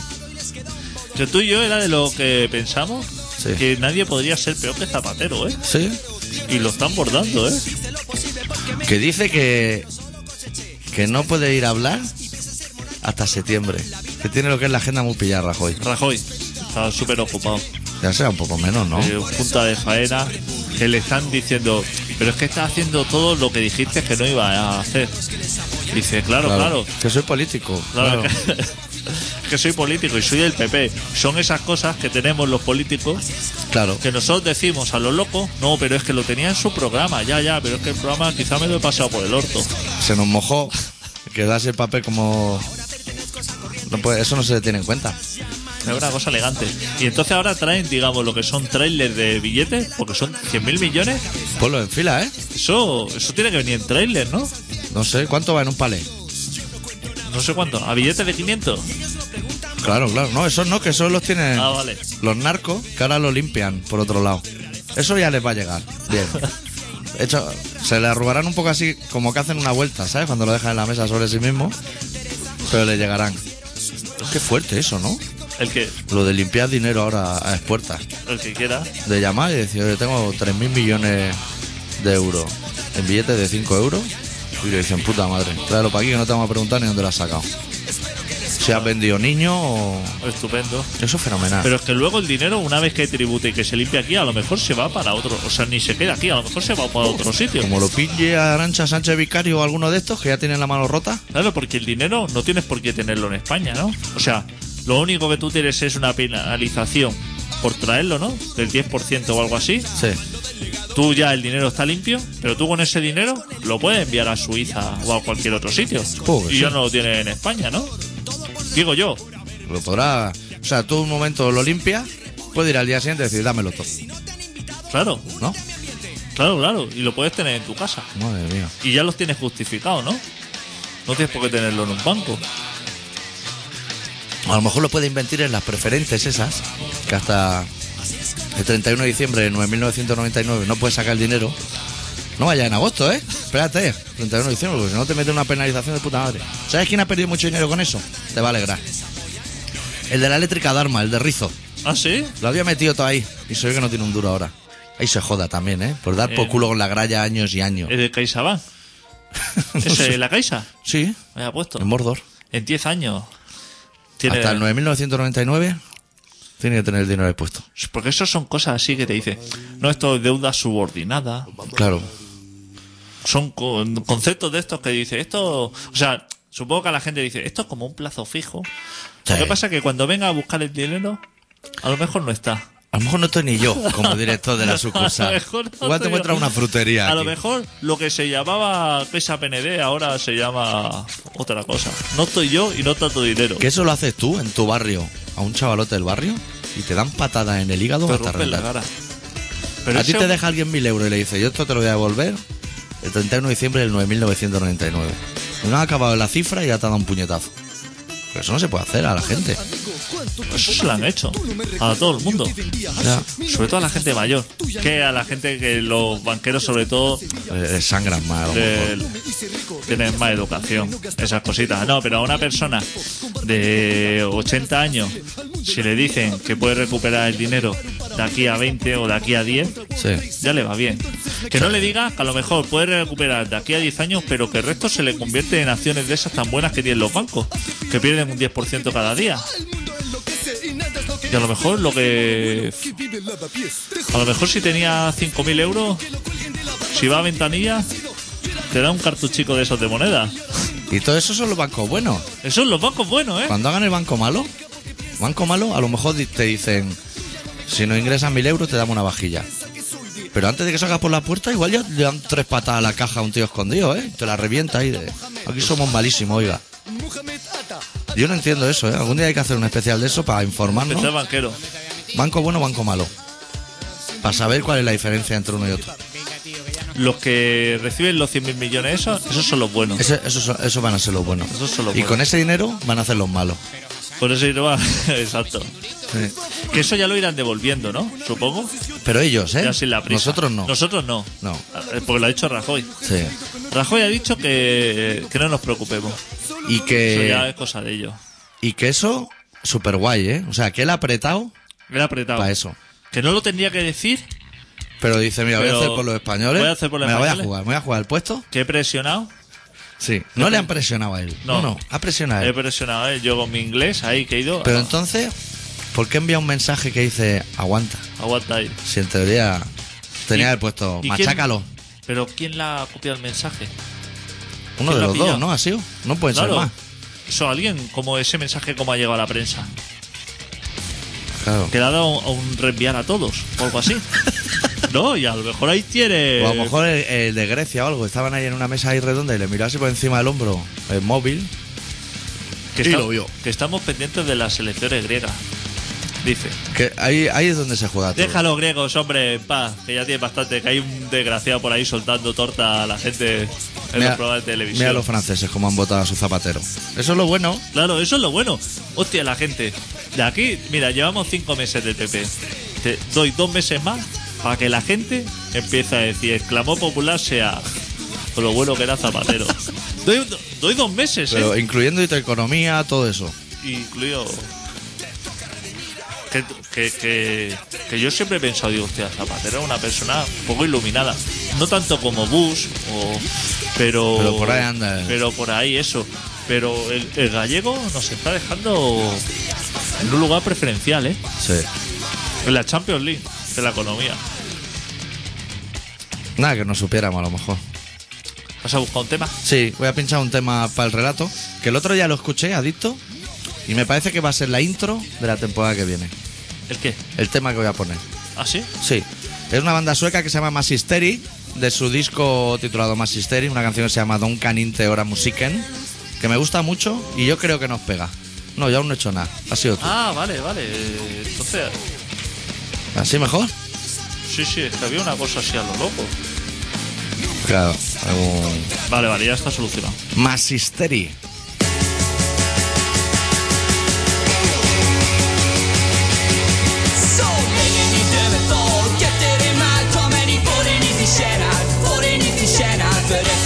[SPEAKER 2] Que tú y yo era de lo que pensamos
[SPEAKER 1] Sí.
[SPEAKER 2] que nadie podría ser peor que Zapatero, ¿eh?
[SPEAKER 1] Sí.
[SPEAKER 2] Y lo están bordando, ¿eh?
[SPEAKER 1] Que dice que que no puede ir a hablar hasta septiembre. Que tiene lo que es la agenda muy pillada Rajoy.
[SPEAKER 2] Rajoy está súper ocupado.
[SPEAKER 1] Ya sea un poco menos, ¿no?
[SPEAKER 2] Eh, junta de faena que le están diciendo, pero es que estás haciendo todo lo que dijiste que no iba a hacer. Dice, claro. claro
[SPEAKER 1] Que soy político.
[SPEAKER 2] Claro,
[SPEAKER 1] Claro.
[SPEAKER 2] Que, que soy político y soy del PP. Son esas cosas que tenemos los políticos
[SPEAKER 1] Claro.
[SPEAKER 2] que nosotros decimos a los locos, no, pero es que lo tenía en su programa, ya, ya, pero es que el programa quizá me lo he pasado por el orto.
[SPEAKER 1] Se nos mojó. Quedarse el papel como. No puede- eso no se le tiene en cuenta.
[SPEAKER 2] Es una cosa elegante. Y entonces ahora traen, digamos, lo que son trailers de billetes, porque son 100 mil millones.
[SPEAKER 1] Ponlo en fila, ¿eh?
[SPEAKER 2] Eso, eso tiene que venir en trailers, ¿no?
[SPEAKER 1] No sé, ¿cuánto va en un palé?
[SPEAKER 2] No sé cuánto, a billetes de 500.
[SPEAKER 1] Claro, claro. No, esos no, que esos los tienen
[SPEAKER 2] Ah, vale.
[SPEAKER 1] los narcos, que ahora lo limpian por otro lado. Eso ya les va a llegar. Bien. De hecho, se le arrugarán un poco así, como que hacen una vuelta, ¿sabes? Cuando lo dejan en la mesa sobre sí mismo. Pero le llegarán. Qué fuerte eso, ¿no?
[SPEAKER 2] El que,
[SPEAKER 1] Lo de limpiar dinero ahora a expuertas.
[SPEAKER 2] el que quiera.
[SPEAKER 1] De llamar y decir, oye, tengo 3.000 millones de euros en billetes de 5 euros. Y le dicen, puta madre, tráelo para aquí que no te vamos a preguntar ni dónde lo has sacado. Si has vendido niño o...
[SPEAKER 2] Estupendo.
[SPEAKER 1] Eso es fenomenal.
[SPEAKER 2] Pero es que luego el dinero, una vez que tributa y que se limpia aquí, a lo mejor se va para otro. O sea, ni se queda aquí, a lo mejor se va para otro sitio.
[SPEAKER 1] Como lo pille a Arancha Sánchez Vicario o alguno de estos que ya tienen la mano rota.
[SPEAKER 2] Claro, porque el dinero no tienes por qué tenerlo en España, ¿no? O sea, lo único que tú tienes es una penalización por traerlo, ¿no? Del 10% o algo así.
[SPEAKER 1] Sí.
[SPEAKER 2] Tú ya el dinero está limpio, pero tú con ese dinero lo puedes enviar a Suiza o a cualquier otro sitio.
[SPEAKER 1] Joder,
[SPEAKER 2] y ya
[SPEAKER 1] sí.
[SPEAKER 2] no lo tienes en España, ¿no? Digo yo.
[SPEAKER 1] Lo podrá. O sea, tú un momento lo limpias, puede ir al día siguiente y decir, dámelo todo.
[SPEAKER 2] Claro,
[SPEAKER 1] ¿No?
[SPEAKER 2] claro, claro. Y lo puedes tener en tu casa.
[SPEAKER 1] Madre mía.
[SPEAKER 2] Y ya los tienes justificados, ¿no? No tienes por qué tenerlo en un banco.
[SPEAKER 1] A lo mejor lo puede invertir en las preferentes esas, que hasta el 31 de diciembre de 9.999 no puedes sacar el dinero. No vaya en agosto, ¿eh? Espérate, 31 de diciembre, porque si no te meten una penalización de puta madre. ¿Sabes quién ha perdido mucho dinero con eso? Te va a alegrar. El de la eléctrica Dharma, el de Rizo.
[SPEAKER 2] ¿Ah, sí?
[SPEAKER 1] Lo había metido todo ahí y se ve que no tiene un duro ahora. Ahí se joda también, ¿eh? Por dar por
[SPEAKER 2] Eh.
[SPEAKER 1] culo con la gralla años y años.
[SPEAKER 2] ¿El de CaixaBank?
[SPEAKER 1] No
[SPEAKER 2] ¿Ese
[SPEAKER 1] sé.
[SPEAKER 2] de la Caixa?
[SPEAKER 1] Sí,
[SPEAKER 2] Me ha puesto.
[SPEAKER 1] en Mordor.
[SPEAKER 2] En 10 años. Tiene...
[SPEAKER 1] Hasta el 9999 tiene que tener el dinero expuesto.
[SPEAKER 2] Porque eso son cosas así que te dice, no, esto es deuda subordinada.
[SPEAKER 1] Claro.
[SPEAKER 2] Son con- conceptos de estos que dice, esto, o sea, supongo que a la gente dice, esto es como un plazo fijo.
[SPEAKER 1] Sí.
[SPEAKER 2] Lo que pasa es que cuando venga a buscar el dinero, a lo mejor no está.
[SPEAKER 1] A lo mejor no estoy ni yo como director de la
[SPEAKER 2] A lo
[SPEAKER 1] sucursal.
[SPEAKER 2] mejor no
[SPEAKER 1] Igual te
[SPEAKER 2] estoy
[SPEAKER 1] encuentras
[SPEAKER 2] yo.
[SPEAKER 1] una frutería.
[SPEAKER 2] A lo
[SPEAKER 1] aquí.
[SPEAKER 2] mejor lo que se llamaba Pesa PND ahora se llama otra cosa. No estoy yo y no está tu dinero.
[SPEAKER 1] Que eso lo haces tú en tu barrio, a un chavalote del barrio, y te dan patadas en el hígado
[SPEAKER 2] Te
[SPEAKER 1] hasta
[SPEAKER 2] rompen la
[SPEAKER 1] reventar.
[SPEAKER 2] cara. Pero
[SPEAKER 1] a ti
[SPEAKER 2] ese-
[SPEAKER 1] te deja alguien mil euros y le dice, yo esto te lo voy a devolver el 31 de diciembre del 9999. Y no ha acabado la cifra y ya te ha dado un puñetazo. Pero eso no se puede hacer a la gente.
[SPEAKER 2] Eso se lo han hecho a todo el mundo.
[SPEAKER 1] Ya.
[SPEAKER 2] Sobre todo a la gente mayor. Que a la gente que los banqueros, sobre todo,
[SPEAKER 1] Eh, le sangran mal. a lo mejor.
[SPEAKER 2] eh, tienen más educación. Esas cositas. No, pero a una persona de 80 años, si le dicen que puede recuperar el dinero de aquí a 20 o de aquí a 10,
[SPEAKER 1] Sí.
[SPEAKER 2] ya le va bien. Que no le diga que a lo mejor puede recuperar de aquí a 10 años, pero que el resto se le convierte en acciones de esas tan buenas que tienen los bancos, que pierden un 10% cada día. Y a lo mejor lo que. A lo mejor si tenía 5.000 euros, si va a ventanilla, te da un cartuchico de esos de moneda.
[SPEAKER 1] Y todo eso son los bancos buenos.
[SPEAKER 2] Esos son los bancos buenos, ¿eh?
[SPEAKER 1] Cuando hagan el banco malo, banco malo, a lo mejor di- te dicen, si no ingresas mil euros te damos una vajilla. Pero antes de que salgas por la puerta, igual ya le dan tres patas a la caja a un tío escondido, ¿eh? Te la revienta ahí de... Aquí somos malísimos, oiga. Yo no entiendo eso, ¿eh? Algún día hay que hacer un especial de eso para informarnos.
[SPEAKER 2] Pensar banquero.
[SPEAKER 1] Banco bueno, banco malo. Para saber cuál es la diferencia entre uno y otro.
[SPEAKER 2] Los que reciben los 100.000 millones, esos, esos son los buenos.
[SPEAKER 1] Ese- esos, son- esos van a ser los buenos.
[SPEAKER 2] Esos son los
[SPEAKER 1] y
[SPEAKER 2] buenos.
[SPEAKER 1] con ese dinero van a hacer los malos.
[SPEAKER 2] Por eso no va. Exacto.
[SPEAKER 1] Sí.
[SPEAKER 2] Que eso ya lo irán devolviendo, ¿no? Supongo.
[SPEAKER 1] Pero ellos, ¿eh?
[SPEAKER 2] Ya sin la prisa.
[SPEAKER 1] Nosotros no.
[SPEAKER 2] Nosotros no.
[SPEAKER 1] No.
[SPEAKER 2] Eh, Porque lo ha dicho Rajoy.
[SPEAKER 1] Sí.
[SPEAKER 2] Rajoy ha dicho que, que no nos preocupemos.
[SPEAKER 1] Y que...
[SPEAKER 2] Eso ya es cosa de ellos.
[SPEAKER 1] Y que eso, súper guay, ¿eh? O sea, que él ha apretado
[SPEAKER 2] Me lo ha apretado.
[SPEAKER 1] para eso.
[SPEAKER 2] Que no lo tendría que decir,
[SPEAKER 1] Pero dice, mira, voy
[SPEAKER 2] Pero
[SPEAKER 1] a hacer por los españoles.
[SPEAKER 2] voy a hacer por los
[SPEAKER 1] me la voy a
[SPEAKER 2] españoles.
[SPEAKER 1] jugar, me voy a jugar el puesto.
[SPEAKER 2] que he presionado.
[SPEAKER 1] Sí. No le han presionado a él. No,
[SPEAKER 2] No.
[SPEAKER 1] no, ha presionado a
[SPEAKER 2] He
[SPEAKER 1] él.
[SPEAKER 2] presionado, ¿eh? yo con mi inglés ahí que he ido.
[SPEAKER 1] Pero
[SPEAKER 2] ah,
[SPEAKER 1] entonces, ¿por qué envía un mensaje que dice, aguanta?
[SPEAKER 2] Aguanta ahí.
[SPEAKER 1] Si en teoría tenía
[SPEAKER 2] ¿Y-
[SPEAKER 1] el puesto,
[SPEAKER 2] y quién-
[SPEAKER 1] machácalo.
[SPEAKER 2] Pero ¿quién la ha copiado el mensaje?
[SPEAKER 1] Uno de
[SPEAKER 2] quién lo ha
[SPEAKER 1] los dos,
[SPEAKER 2] pillado?
[SPEAKER 1] ¿no? Ha sido. No pueden ser
[SPEAKER 2] Claro.
[SPEAKER 1] más.
[SPEAKER 2] Eso, alguien, como ese mensaje, como ha llegado a la prensa.
[SPEAKER 1] Claro.
[SPEAKER 2] Que le ha dado a un reenviar a todos, o algo así. no, y a lo mejor ahí tiene.
[SPEAKER 1] O a lo mejor el, el de Grecia o algo. Estaban ahí en una mesa ahí redonda y le miró así por encima del hombro el móvil.
[SPEAKER 2] que,
[SPEAKER 1] Y
[SPEAKER 2] esta-
[SPEAKER 1] lo vio.
[SPEAKER 2] que estamos pendientes de las elecciones griegas. Dice.
[SPEAKER 1] Que ahí, ahí es donde se juega todo.
[SPEAKER 2] Deja a los griegos, hombre, en paz, que ya tienen bastante, que hay un desgraciado por ahí soltando torta a la gente en los programas de televisión.
[SPEAKER 1] mira los franceses cómo han votado a su zapatero. Eso es lo bueno.
[SPEAKER 2] Claro, eso es lo bueno. Hostia, la gente. De aquí, mira, llevamos cinco meses de PP. Te doy dos meses más para que la gente empiece a decir, exclamó popular sea con lo bueno que era Zapatero. doy, un- doy dos meses,
[SPEAKER 1] Pero
[SPEAKER 2] ¿eh?
[SPEAKER 1] incluyendo economía, todo eso.
[SPEAKER 2] Incluido. Que, que- que- que yo siempre he pensado, digo, hostia, Zapatero es una persona un poco iluminada. No tanto como Bush, o, pero.
[SPEAKER 1] Pero por ahí anda.
[SPEAKER 2] Pero por ahí eso. Pero el, el gallego nos está dejando en un lugar preferencial, ¿eh?
[SPEAKER 1] Sí.
[SPEAKER 2] En la Champions League de la economía.
[SPEAKER 1] Nada que no supiéramos a lo mejor.
[SPEAKER 2] ¿Vas a buscar un tema?
[SPEAKER 1] Sí, voy a pinchar un tema para el relato, que el otro ya lo escuché, adicto, y me parece que va a ser la intro de la temporada que viene.
[SPEAKER 2] ¿El qué?
[SPEAKER 1] El tema que voy a poner.
[SPEAKER 2] ¿Ah, sí?
[SPEAKER 1] Sí. Es una banda sueca que se llama Masisteri, de su disco titulado Masisteri, una canción que se llama Don Caninte Ora Musiken, que me gusta mucho y yo creo que nos pega. No, yo aún no he hecho nada. Ha sido tú.
[SPEAKER 2] Ah, vale, vale. Entonces,
[SPEAKER 1] ¿Así mejor?
[SPEAKER 2] sí, sí, es que había una cosa así a lo loco.
[SPEAKER 1] Claro. algún-
[SPEAKER 2] Vale, vale, ya está solucionado.
[SPEAKER 1] Masisteri.
[SPEAKER 5] Så länge ni behöver folk efter er mall Kommer ni få den in i källaren, få den in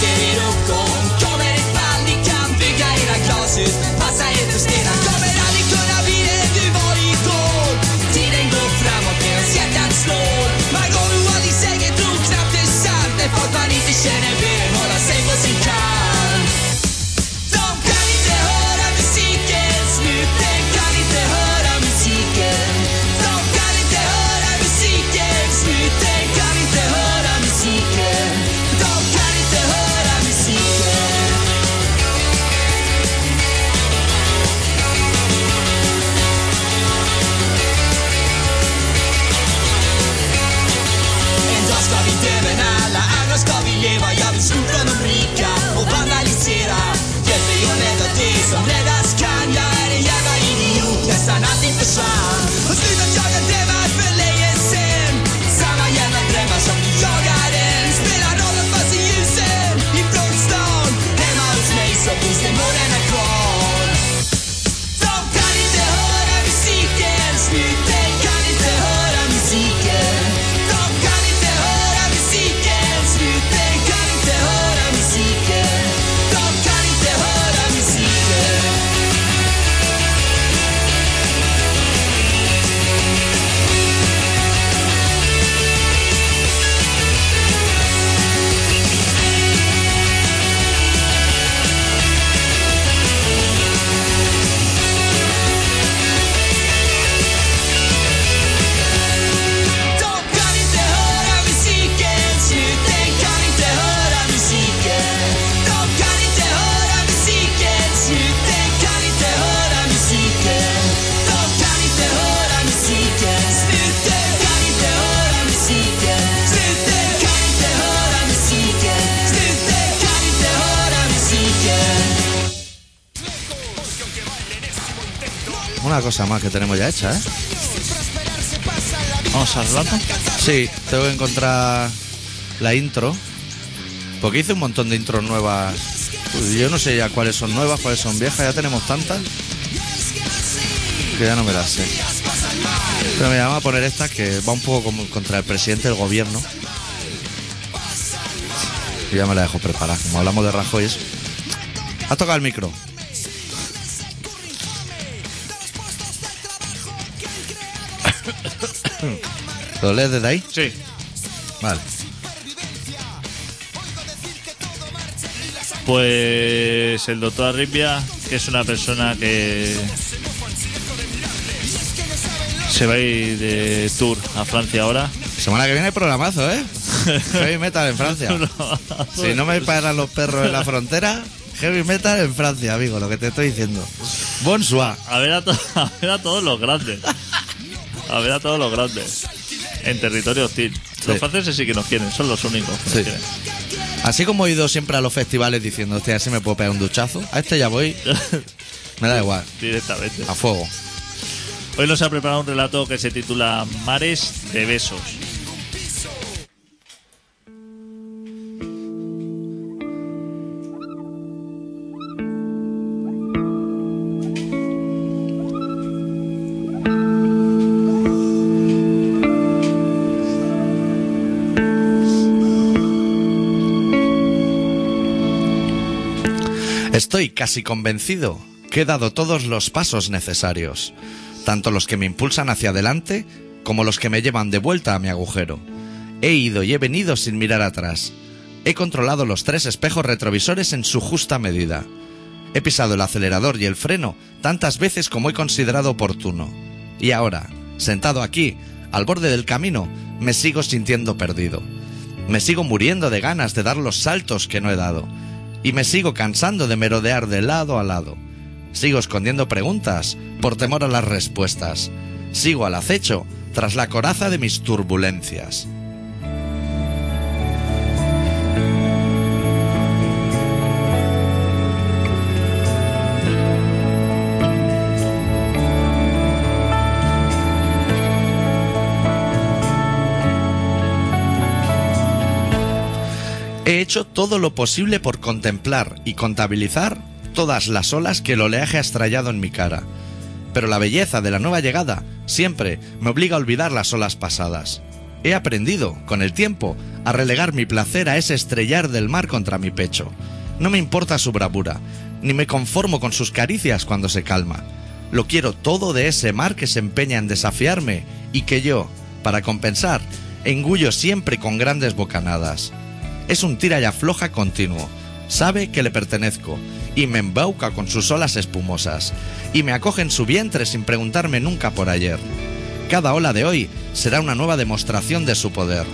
[SPEAKER 1] una cosa más que tenemos ya hecha, ¿eh?
[SPEAKER 2] Vamos al rato.
[SPEAKER 1] Sí, tengo que encontrar la intro. Porque hice un montón de intros nuevas. Uy, Yo no sé ya cuáles son nuevas, cuáles son viejas. Ya tenemos tantas. Que ya no me las sé. Pero me llama a poner esta que va un poco como contra el presidente del gobierno. Y ya me la dejo preparada. Como hablamos de Rajoy, es. Ha tocado el micro. ¿Lo lees desde ahí?
[SPEAKER 2] Sí.
[SPEAKER 1] Vale.
[SPEAKER 2] Pues el doctor Arribia, que es una persona que se va a ir de tour a Francia ahora.
[SPEAKER 1] Semana que viene hay programazo, ¿eh? Heavy metal en Francia. Si no me paran los perros en la frontera, heavy metal en Francia, amigo, lo que te estoy diciendo. Bonsoir.
[SPEAKER 2] A ver a, to- a ver a todos los grandes. A ver a todos los grandes. En territorio hostil. Los
[SPEAKER 1] Sí.
[SPEAKER 2] franceses sí que nos quieren, son los únicos. que nos
[SPEAKER 1] Sí.
[SPEAKER 2] quieren.
[SPEAKER 1] Así como he ido siempre a los festivales diciendo, hostia, así me puedo pegar un duchazo, a este ya voy, me da igual,
[SPEAKER 2] Directamente.
[SPEAKER 1] a fuego.
[SPEAKER 2] Hoy nos ha preparado un relato que se titula Mares de Besos.
[SPEAKER 1] Estoy casi convencido que he dado todos los pasos necesarios, tanto los que me impulsan hacia adelante como los que me llevan de vuelta a mi agujero. He ido y he venido sin mirar atrás. He controlado los tres espejos retrovisores en su justa medida. He pisado el acelerador y el freno tantas veces como he considerado oportuno. Y ahora, sentado aquí, al borde del camino, me sigo sintiendo perdido. Me sigo muriendo de ganas de dar los saltos que no he dado. Y me sigo cansando de merodear de lado a lado. Sigo escondiendo preguntas por temor a las respuestas. Sigo al acecho tras la coraza de mis turbulencias. He hecho todo lo posible por contemplar y contabilizar todas las olas que el oleaje ha estrellado en mi cara. Pero la belleza de la nueva llegada siempre me obliga a olvidar las olas pasadas. He aprendido, con el tiempo, a relegar mi placer a ese estrellar del mar contra mi pecho. No me importa su bravura, ni me conformo con sus caricias cuando se calma. Lo quiero todo de ese mar que se empeña en desafiarme y que yo, para compensar, engullo siempre con grandes bocanadas. Es un tira y afloja continuo. Sabe que le pertenezco y me embauca con sus olas espumosas y me acoge en su vientre sin preguntarme nunca por ayer. Cada ola de hoy será una nueva demostración de su poder.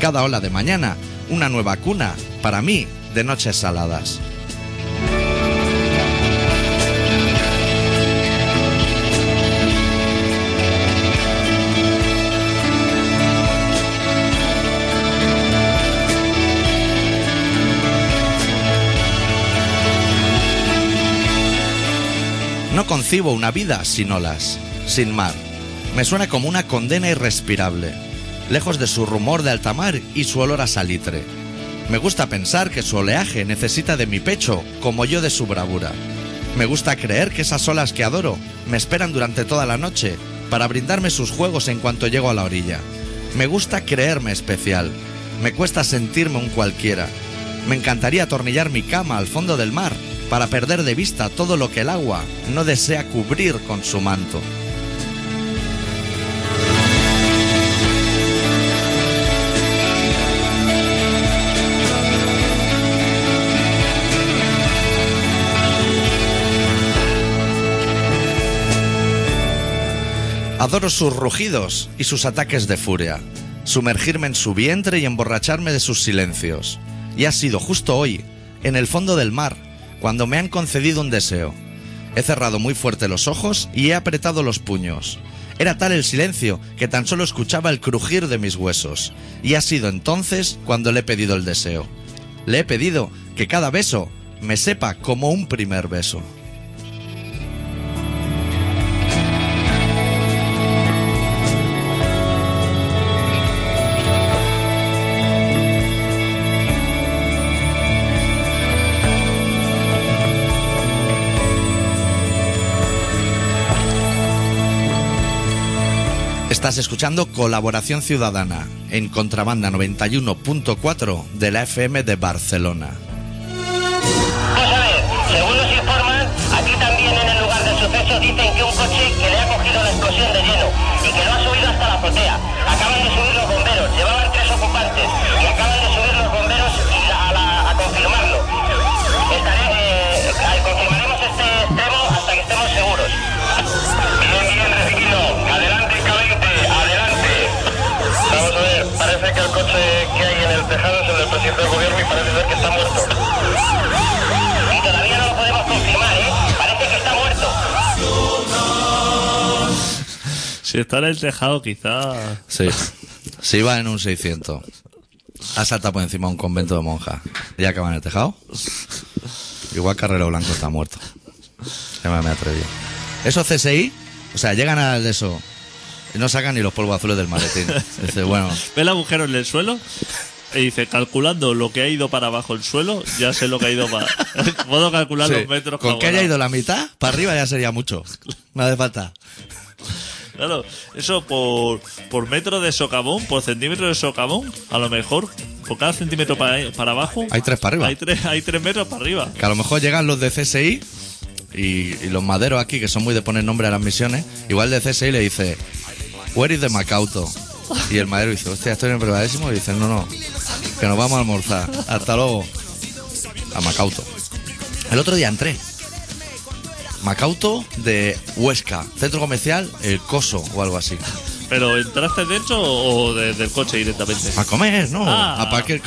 [SPEAKER 1] Cada ola de mañana, una nueva cuna, para mí, de noches saladas. No concibo una vida sin olas, sin mar. Me suena como una condena irrespirable, lejos de su rumor de alta mar y su olor a salitre. Me gusta pensar que su oleaje necesita de mi pecho como yo de su bravura. Me gusta creer que esas olas que adoro me esperan durante toda la noche para brindarme sus juegos en cuanto llego a la orilla. Me gusta creerme especial. Me cuesta sentirme un cualquiera. Me encantaría atornillar mi cama al fondo del mar para perder de vista todo lo que el agua no desea cubrir con su manto. Adoro sus rugidos y sus ataques de furia, sumergirme en su vientre y emborracharme de sus silencios. Y ha sido justo hoy, en el fondo del mar, cuando me han concedido un deseo. He cerrado muy fuerte los ojos y he apretado los puños. Era tal el silencio que tan solo escuchaba el crujir de mis huesos. Y ha sido entonces cuando le he pedido el deseo. Le he pedido que cada beso me sepa como un primer beso. Estás escuchando Colaboración Ciudadana en Contrabanda 91.4 de la FM de Barcelona.
[SPEAKER 5] Tú sabes, según nos informan, aquí también en el lugar del suceso dicen que un coche que le ha cogido la explosión de lleno y que lo ha subido hasta la azotea. Acaban de subir los bomberos, llevaban tres ocupantes y acaban de subir los bomberos y la- a, la- a confirmarlo. Estaré, eh, al- confirmaremos este extremo hasta que estemos seguros. Bien, bien recibido. Adelante, K20, adelante. Vamos a ver, parece que el coche que hay en el tejado es el del presidente del gobierno y parece ser que está muerto. Y todavía no lo podemos confirmar, ¿eh? Parece que está muerto.
[SPEAKER 2] Si está en el tejado, quizá.
[SPEAKER 1] Sí. Se iba en un 600. Ha saltado por encima de un convento de monjas. Y acaba en el tejado. Igual Carrero Blanco está muerto. Ya me me atreví. Esos CSI, o sea, llegan al de eso. Y no sacan ni los polvos azules del maletín. Dice, bueno,
[SPEAKER 2] Ve el agujero en el suelo y dice, calculando lo que ha ido para abajo el suelo, ya sé lo que ha ido para. Puedo calcular
[SPEAKER 1] sí,
[SPEAKER 2] los metros
[SPEAKER 1] con que
[SPEAKER 2] cuadrados.
[SPEAKER 1] haya ido la mitad, para arriba ya sería mucho. No hace falta.
[SPEAKER 2] Claro, eso por, por metro de socavón, por centímetro de socavón, a lo mejor por cada centímetro para, para abajo.
[SPEAKER 1] Hay tres para arriba.
[SPEAKER 2] Hay tres, hay tres metros para arriba.
[SPEAKER 1] Que a lo mejor llegan los de CSI y, y los maderos aquí, que son muy de poner nombre a las misiones. Igual el de CSI le dice, Where is the Macauto? Y el madero dice, hostia, estoy en privadísimo. Y dice, no, no, que nos vamos a almorzar. Hasta luego. A Macauto. El otro día entré. Macauto de Huesca, centro comercial El Coso o algo así.
[SPEAKER 2] Pero entraste dentro o desde el coche directamente.
[SPEAKER 1] A comer, no.
[SPEAKER 2] Ah.
[SPEAKER 1] A pa' que-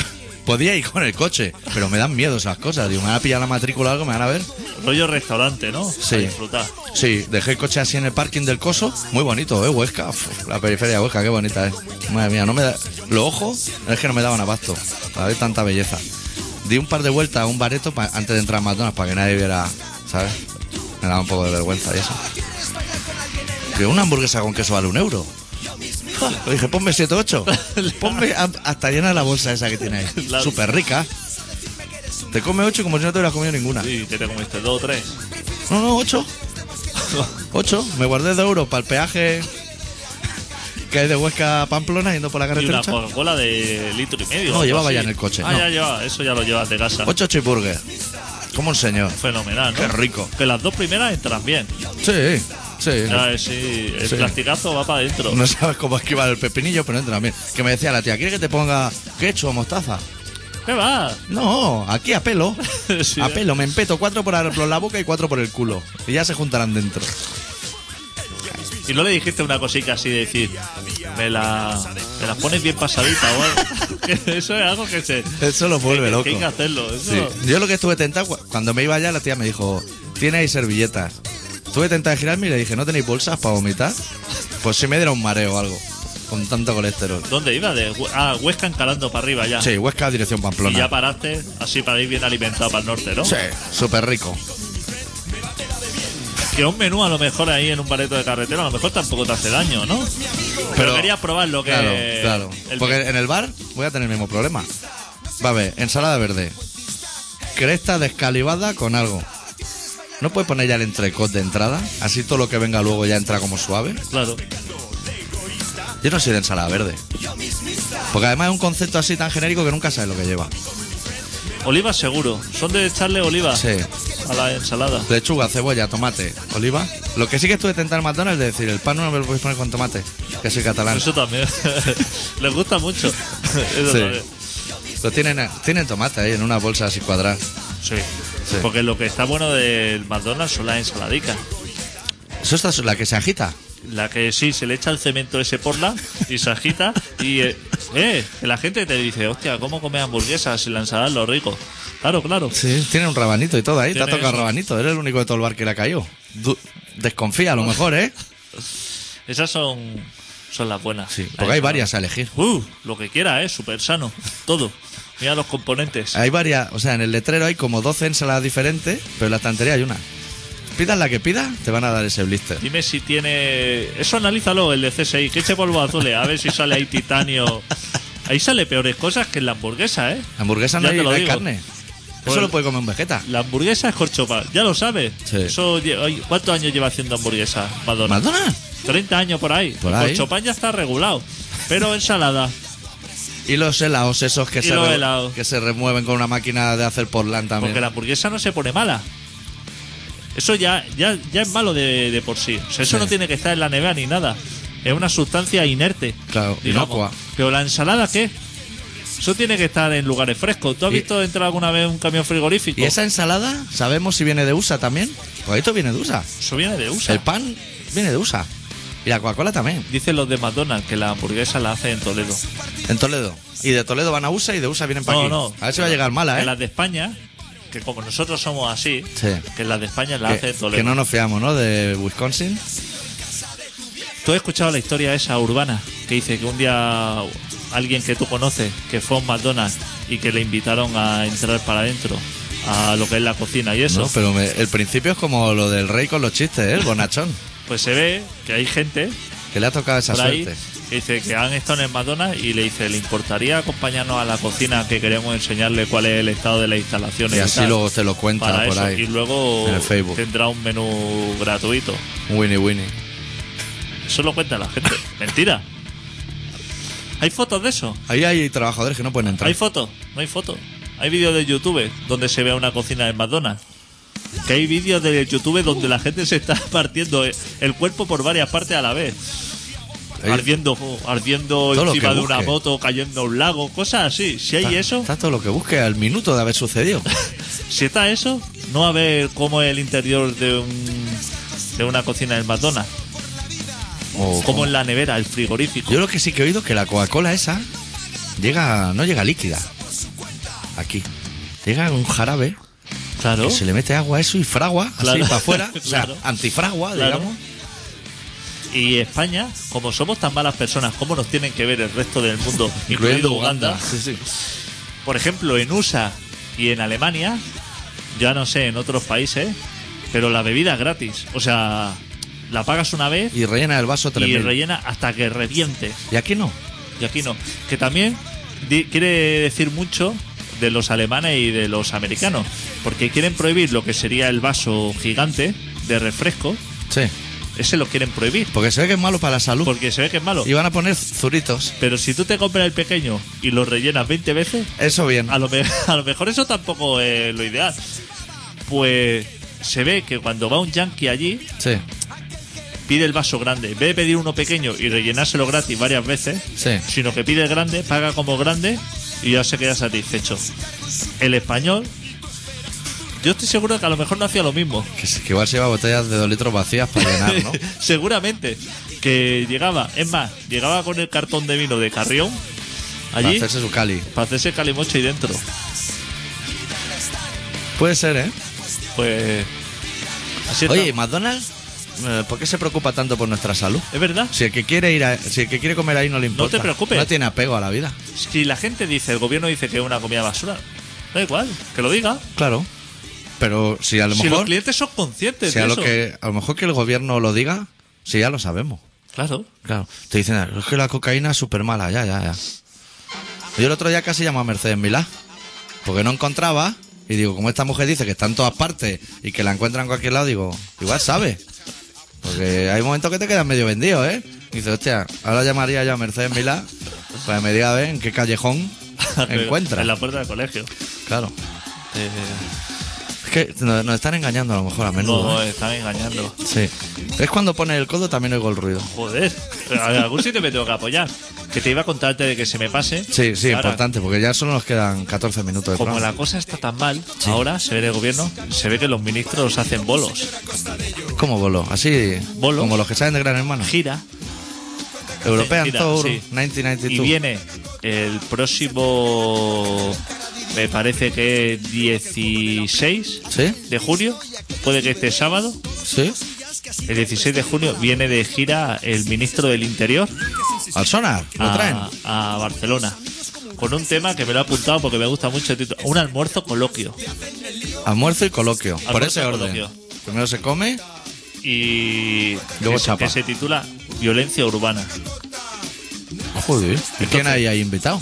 [SPEAKER 1] Podía ir con el coche, pero me dan miedo esas cosas. Digo, me van a pillar la matrícula o algo, me van a ver.
[SPEAKER 2] Rollo restaurante, ¿no?
[SPEAKER 1] Sí.
[SPEAKER 2] A disfrutar.
[SPEAKER 1] Sí, dejé el coche así en el parking del coso. Muy bonito, ¿eh? Huesca. Uf, la periferia de Huesca, qué bonita es. Madre mía, no me da... Los ojos es que no me daban abasto. Para ver tanta belleza. Di un par de vueltas a un bareto pa- antes de entrar a McDonald's para que nadie viera, ¿sabes? Me daba un poco de vergüenza y eso. Que una hamburguesa con queso vale un euro. Ja, le dije, ponme 7 o 8. Ponme a- hasta llena la bolsa esa que tiene ahí.
[SPEAKER 2] La-
[SPEAKER 1] Súper rica. Te come 8 como si no te hubieras comido ninguna.
[SPEAKER 2] Sí, que te comiste dos o tres.
[SPEAKER 1] No, no, ocho. Ocho. Me guardé dos euros para el peaje que hay de Huesca a Pamplona yendo por la
[SPEAKER 2] Y una
[SPEAKER 1] carretera.
[SPEAKER 2] Coca-Cola de litro y medio.
[SPEAKER 1] No,
[SPEAKER 2] o algo
[SPEAKER 1] llevaba
[SPEAKER 2] así.
[SPEAKER 1] ya en el coche,
[SPEAKER 2] Ah,
[SPEAKER 1] no.
[SPEAKER 2] ya llevaba. Eso ya lo llevas de casa.
[SPEAKER 1] Ocho cheeseburger. Como un señor.
[SPEAKER 2] Fenomenal, ¿no?
[SPEAKER 1] Qué rico.
[SPEAKER 2] Que las dos primeras entran bien.
[SPEAKER 1] Sí, sí.
[SPEAKER 2] Ah, sí, el
[SPEAKER 1] Sí.
[SPEAKER 2] plasticazo va para adentro.
[SPEAKER 1] No sabes cómo esquivar el pepinillo, pero entra bien. Que me decía la tía, ¿quieres que te ponga quecho o mostaza?
[SPEAKER 2] ¿Qué va?
[SPEAKER 1] No, aquí a pelo.
[SPEAKER 2] Sí,
[SPEAKER 1] a
[SPEAKER 2] ¿eh?
[SPEAKER 1] pelo, me empeto. Cuatro por la- por la boca y cuatro por el culo. Y ya se juntarán dentro.
[SPEAKER 2] Y no le dijiste una cosita así de decir, me la, me la pones bien pasadita o algo. Que eso es algo que se.
[SPEAKER 1] Eso lo vuelve
[SPEAKER 2] que-
[SPEAKER 1] loco.
[SPEAKER 2] que hay que hacerlo. Eso,
[SPEAKER 1] Sí. Yo lo que estuve tentado, cu- cuando me iba allá, la tía me dijo, ¿tiene ahí servilletas? Estuve tentado de girarme y le dije, ¿no tenéis bolsas para vomitar? Pues si me diera un mareo o algo, con tanto colesterol.
[SPEAKER 2] ¿Dónde iba? De, Hue- ah, Huesca encalando para arriba ya.
[SPEAKER 1] Sí, Huesca, dirección
[SPEAKER 2] Y ya
[SPEAKER 1] Pamplona.
[SPEAKER 2] paraste así para ir bien alimentado para el norte, ¿no?
[SPEAKER 1] Sí, súper rico.
[SPEAKER 2] Que un menú a lo mejor ahí en un paleto de carretera a lo mejor tampoco te hace daño, ¿no? Pero querías probar lo que...
[SPEAKER 1] Claro, claro.
[SPEAKER 2] el-
[SPEAKER 1] Porque en el bar voy a tener el mismo problema. Va a ver, ensalada verde. Cresta descalivada con algo. ¿No puedes poner ya el entrecot de entrada? Así todo lo que venga luego ya entra como suave.
[SPEAKER 2] Claro.
[SPEAKER 1] Yo no soy de ensalada verde. Porque además es un concepto así tan genérico que nunca sabes lo que lleva.
[SPEAKER 2] Oliva seguro. Son de echarle oliva
[SPEAKER 1] Sí.
[SPEAKER 2] a la ensalada.
[SPEAKER 1] Lechuga, cebolla, tomate, oliva. Lo que sí que estuve tentando en McDonald's es decir, el pan no me lo podéis poner con tomate, que soy catalán.
[SPEAKER 2] Eso también. Les gusta mucho. Eso
[SPEAKER 1] Sí.
[SPEAKER 2] también.
[SPEAKER 1] Lo tienen, tienen tomate ahí en una bolsa así cuadrada.
[SPEAKER 2] Sí.
[SPEAKER 1] Sí.
[SPEAKER 2] Porque lo que está bueno del McDonald's son las ensaladicas.
[SPEAKER 1] Eso está la que se agita.
[SPEAKER 2] La que sí, se le echa el cemento ese por la y se agita y... Eh, eh, la gente te dice, hostia, ¿cómo comes hamburguesas si la ensalada es lo rico? Claro, claro.
[SPEAKER 1] Sí. Tiene un rabanito y todo ahí. Te ha
[SPEAKER 2] Tiene
[SPEAKER 1] tocado
[SPEAKER 2] eso.
[SPEAKER 1] rabanito. Eres el único de todo el bar que le cayó. Du- Desconfía a lo mejor, ¿eh?
[SPEAKER 2] Esas son, son las buenas.
[SPEAKER 1] Sí.
[SPEAKER 2] Las
[SPEAKER 1] Porque hay
[SPEAKER 2] ensaladas.
[SPEAKER 1] varias a elegir.
[SPEAKER 2] Uh, lo que quiera, ¿eh? Súper sano. Todo. Mira los componentes.
[SPEAKER 1] Hay varias, o sea, en el letrero hay como 12 ensaladas diferentes, pero en la estantería hay una. Pidas la que pidas, te van a dar ese blister.
[SPEAKER 2] Dime si tiene... Eso analízalo, el de CSI. Que eche polvo azul, eh, a ver si sale ahí titanio. Ahí sale peores cosas que en la hamburguesa, ¿eh?
[SPEAKER 1] La hamburguesa no
[SPEAKER 2] Ya
[SPEAKER 1] hay,
[SPEAKER 2] te lo
[SPEAKER 1] no hay
[SPEAKER 2] digo.
[SPEAKER 1] carne.
[SPEAKER 2] Pues-
[SPEAKER 1] Eso lo puede comer un vegeta.
[SPEAKER 2] La hamburguesa es corchopa, ya lo sabes.
[SPEAKER 1] Sí.
[SPEAKER 2] Eso lle- ay, ¿Cuántos años lleva haciendo hamburguesa, Madonna?
[SPEAKER 1] ¿McDonald's?
[SPEAKER 2] 30 años por ahí.
[SPEAKER 1] Por
[SPEAKER 2] el
[SPEAKER 1] ahí.
[SPEAKER 2] corchopán ya está regulado. Pero ensalada.
[SPEAKER 1] Y los helados esos que,
[SPEAKER 2] Y
[SPEAKER 1] se,
[SPEAKER 2] los
[SPEAKER 1] re-
[SPEAKER 2] helados.
[SPEAKER 1] que se remueven con una máquina de hacer porlán también.
[SPEAKER 2] Porque la hamburguesa no se pone mala. Eso ya, ya, ya es malo de, de por sí. O sea, eso
[SPEAKER 1] Sí.
[SPEAKER 2] no tiene que estar en la nevera ni nada. Es una sustancia inerte.
[SPEAKER 1] Claro,
[SPEAKER 2] digamos.
[SPEAKER 1] inocua.
[SPEAKER 2] Pero la ensalada, ¿qué? Eso tiene que estar en lugares frescos. ¿Tú has
[SPEAKER 1] Y-
[SPEAKER 2] visto entrar alguna vez un camión frigorífico?
[SPEAKER 1] ¿Y esa ensalada sabemos si viene de USA también? Pues esto viene de USA.
[SPEAKER 2] Eso viene de USA.
[SPEAKER 1] El pan viene de USA. Y la Coca-Cola también.
[SPEAKER 2] Dicen los de McDonald's que la hamburguesa la hacen en Toledo.
[SPEAKER 1] En Toledo. Y de Toledo van a USA y de USA vienen para
[SPEAKER 2] No,
[SPEAKER 1] aquí.
[SPEAKER 2] no.
[SPEAKER 1] A ver si va a llegar mala,
[SPEAKER 2] En
[SPEAKER 1] ¿eh?
[SPEAKER 2] las de España, que como nosotros somos así,
[SPEAKER 1] Sí.
[SPEAKER 2] que en las de España la hacen
[SPEAKER 1] que,
[SPEAKER 2] en Toledo.
[SPEAKER 1] que no nos fiamos, ¿no? De Wisconsin.
[SPEAKER 2] ¿Tú has escuchado la historia esa urbana que dice que un día alguien que tú conoces, que fue a un McDonald's y que le invitaron a entrar para adentro, a lo que es la cocina y eso?
[SPEAKER 1] No, pero me- el principio es como lo del rey con los chistes, ¿eh? El bonachón.
[SPEAKER 2] Pues se ve que hay gente
[SPEAKER 1] que le ha tocado esa
[SPEAKER 2] por ahí
[SPEAKER 1] suerte.
[SPEAKER 2] que dice que han estado en el McDonald's y le dice, ¿le importaría acompañarnos a la cocina que queremos enseñarle cuál es el estado de las instalaciones?
[SPEAKER 1] Y así
[SPEAKER 2] tal?"
[SPEAKER 1] luego te lo cuenta
[SPEAKER 2] Para
[SPEAKER 1] por
[SPEAKER 2] eso.
[SPEAKER 1] ahí,
[SPEAKER 2] Y luego
[SPEAKER 1] en el Facebook.
[SPEAKER 2] tendrá un menú gratuito.
[SPEAKER 1] Winnie Winnie.
[SPEAKER 2] Eso lo cuenta la gente. Mentira. ¿Hay fotos de eso?
[SPEAKER 1] Ahí hay trabajadores que no pueden entrar.
[SPEAKER 2] ¿Hay fotos? No hay fotos. Hay vídeos de YouTube donde se ve una cocina de McDonald's. Que hay vídeos de YouTube donde la gente se está partiendo el cuerpo por varias partes a la vez.
[SPEAKER 1] Ahí-
[SPEAKER 2] Ardiendo, ardiendo
[SPEAKER 1] Todo lo
[SPEAKER 2] encima
[SPEAKER 1] que
[SPEAKER 2] de una
[SPEAKER 1] busque.
[SPEAKER 2] moto, cayendo a un lago, cosas así. Si hay
[SPEAKER 1] Está-
[SPEAKER 2] eso,
[SPEAKER 1] Está todo lo que busque al minuto de haber sucedido.
[SPEAKER 2] si está eso, no va a ver cómo es el interior de, un, de una cocina del McDonald's.
[SPEAKER 1] O
[SPEAKER 2] Como
[SPEAKER 1] como-
[SPEAKER 2] en la nevera, el frigorífico.
[SPEAKER 1] Yo lo que sí que he oído es que la Coca-Cola esa llega no llega líquida. Aquí. Llega un jarabe
[SPEAKER 2] claro.
[SPEAKER 1] que se le mete agua a eso y fragua así
[SPEAKER 2] Claro.
[SPEAKER 1] para afuera. O sea,
[SPEAKER 2] Claro.
[SPEAKER 1] antifragua,
[SPEAKER 2] Claro.
[SPEAKER 1] digamos.
[SPEAKER 2] Y España, como somos tan malas personas, ¿cómo nos tienen que ver el resto del mundo,
[SPEAKER 1] Incluyendo Uganda.
[SPEAKER 2] Sí, sí. Por ejemplo, en USA y en Alemania, ya no sé, en otros países, pero la bebida es gratis. O sea, la pagas una vez
[SPEAKER 1] Y rellena el vaso
[SPEAKER 2] y
[SPEAKER 1] tremendo.
[SPEAKER 2] rellena hasta que reviente.
[SPEAKER 1] Y aquí no.
[SPEAKER 2] Y aquí no. Que también di- quiere decir mucho de los alemanes y de los americanos, porque quieren prohibir lo que sería el vaso gigante de refresco.
[SPEAKER 1] Sí.
[SPEAKER 2] Ese lo quieren prohibir.
[SPEAKER 1] Porque se ve que es malo para la salud.
[SPEAKER 2] Porque se ve que es malo.
[SPEAKER 1] Y van a poner zuritos.
[SPEAKER 2] Pero si tú te compras el pequeño y lo rellenas 20 veces,
[SPEAKER 1] Eso bien.
[SPEAKER 2] a lo, me- a lo mejor eso tampoco es lo ideal. Pues se ve que cuando va un yankee allí,
[SPEAKER 1] Sí,
[SPEAKER 2] pide el vaso grande. En vez de pedir uno pequeño y rellenárselo gratis varias veces,
[SPEAKER 1] Sí.
[SPEAKER 2] sino que pide el grande, paga como grande y ya se queda satisfecho. El español, yo estoy seguro que a lo mejor no hacía lo mismo.
[SPEAKER 1] que, se- que igual se lleva botellas de dos litros vacías para llenar, ¿no?
[SPEAKER 2] Seguramente que llegaba, es más, llegaba con el cartón de vino de Carrión
[SPEAKER 1] Para
[SPEAKER 2] allí.
[SPEAKER 1] hacerse su cali.
[SPEAKER 2] Para hacerse calimocho ahí dentro.
[SPEAKER 1] Puede ser, ¿eh?
[SPEAKER 2] Pues. Así
[SPEAKER 1] Oye, ¿y
[SPEAKER 2] está.
[SPEAKER 1] McDonald's? eh, ¿Por qué se preocupa tanto por nuestra salud?
[SPEAKER 2] es verdad.
[SPEAKER 1] Si el que quiere ir a- si el que quiere comer ahí no le importa.
[SPEAKER 2] te preocupes.
[SPEAKER 1] No tiene apego a la vida.
[SPEAKER 2] Si la gente dice, el gobierno dice que es una comida basura, da igual, que lo diga.
[SPEAKER 1] Claro. Pero si a lo
[SPEAKER 2] si los
[SPEAKER 1] mejor
[SPEAKER 2] clientes son conscientes
[SPEAKER 1] si
[SPEAKER 2] de
[SPEAKER 1] a lo
[SPEAKER 2] eso.
[SPEAKER 1] que a lo mejor que el gobierno lo diga, si ya lo sabemos.
[SPEAKER 2] Claro.
[SPEAKER 1] Claro. Te dicen, "Ah, es que la cocaína es súper mala, ya, ya, ya. Yo el otro día casi llamé a Mercedes Milá, porque no encontraba, y digo, como esta mujer dice que está en todas partes y que la encuentran en cualquier lado, digo, igual sabe. Porque hay momentos que te quedas medio vendido, ¿eh? Y dice, hostia, ahora llamaría yo a Mercedes Milá para que me diga a ver en qué callejón encuentra.
[SPEAKER 2] En la puerta del colegio.
[SPEAKER 1] Claro.
[SPEAKER 2] Eh,
[SPEAKER 1] Es que nos, nos están engañando a lo mejor a menudo.
[SPEAKER 2] nos
[SPEAKER 1] ¿eh?
[SPEAKER 2] están engañando.
[SPEAKER 1] Sí. Es cuando pone el codo también oigo el ruido.
[SPEAKER 2] Joder. A algún sitio me tengo que apoyar. Que te iba a contarte de que se me pase.
[SPEAKER 1] Sí, sí,
[SPEAKER 2] Ahora,
[SPEAKER 1] importante, porque ya solo nos quedan 14 minutos de
[SPEAKER 2] Como
[SPEAKER 1] programa.
[SPEAKER 2] la cosa está tan mal, ahora se ve en el gobierno, se ve que los ministros hacen bolos.
[SPEAKER 1] ¿Cómo voló? Así.
[SPEAKER 2] Bolos.
[SPEAKER 1] Como los que salen de Gran Hermano.
[SPEAKER 2] Gira,
[SPEAKER 1] European
[SPEAKER 2] Gira,
[SPEAKER 1] Tour
[SPEAKER 2] sí.
[SPEAKER 1] 1992.
[SPEAKER 2] Y viene el próximo, me parece que 16
[SPEAKER 1] ¿Sí?
[SPEAKER 2] de junio, puede que este sábado,
[SPEAKER 1] ¿Sí?
[SPEAKER 2] el 16 de junio, viene de gira el ministro del Interior
[SPEAKER 1] Al sonar,
[SPEAKER 2] Ah.
[SPEAKER 1] lo traen.
[SPEAKER 2] a, a Barcelona. Con un tema que me lo ha apuntado porque me gusta mucho el título. Un almuerzo coloquio.
[SPEAKER 1] Almuerzo y coloquio. Por ese
[SPEAKER 2] Almuerzo y
[SPEAKER 1] orden.
[SPEAKER 2] coloquio.
[SPEAKER 1] Primero se come.
[SPEAKER 2] Y
[SPEAKER 1] Luego
[SPEAKER 2] que se-
[SPEAKER 1] chapa.
[SPEAKER 2] que se titula Violencia Urbana.
[SPEAKER 1] Joder. ¿Y quién
[SPEAKER 2] Entonces-
[SPEAKER 1] hay ahí invitado?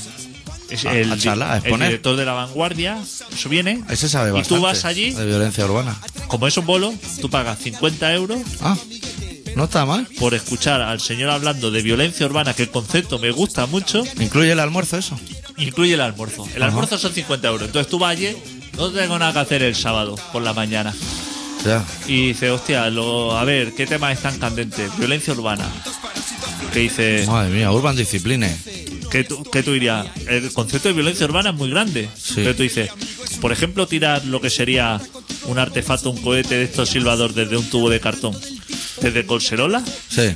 [SPEAKER 2] Es
[SPEAKER 1] A-
[SPEAKER 2] el,
[SPEAKER 1] Ah, a charlar, a
[SPEAKER 2] di- el
[SPEAKER 1] exponer.
[SPEAKER 2] director de la vanguardia. Eso viene.
[SPEAKER 1] Ese sabe
[SPEAKER 2] Y
[SPEAKER 1] bastante.
[SPEAKER 2] tú vas allí,
[SPEAKER 1] De violencia urbana.
[SPEAKER 2] como es un bolo, tú pagas 50 euros
[SPEAKER 1] Ah, No está mal.
[SPEAKER 2] por escuchar al señor hablando de violencia urbana, que el concepto me gusta mucho,
[SPEAKER 1] Incluye el almuerzo eso.
[SPEAKER 2] incluye el almuerzo. El almuerzo son 50 euros. Entonces tú vas allí, no tengo nada que hacer el sábado por la mañana.
[SPEAKER 1] Ya.
[SPEAKER 2] Y dice, hostia, lo, a ver, ¿qué temas están candentes? Violencia urbana. Que dice,
[SPEAKER 1] Madre mía, Urban Discipline.
[SPEAKER 2] que tú, que tú dirías, el concepto de violencia urbana es muy grande.
[SPEAKER 1] Sí.
[SPEAKER 2] Pero tú dices, por ejemplo, tirar lo que sería un artefacto, un cohete de estos silbadores desde un tubo de cartón, desde Colserola,
[SPEAKER 1] Sí.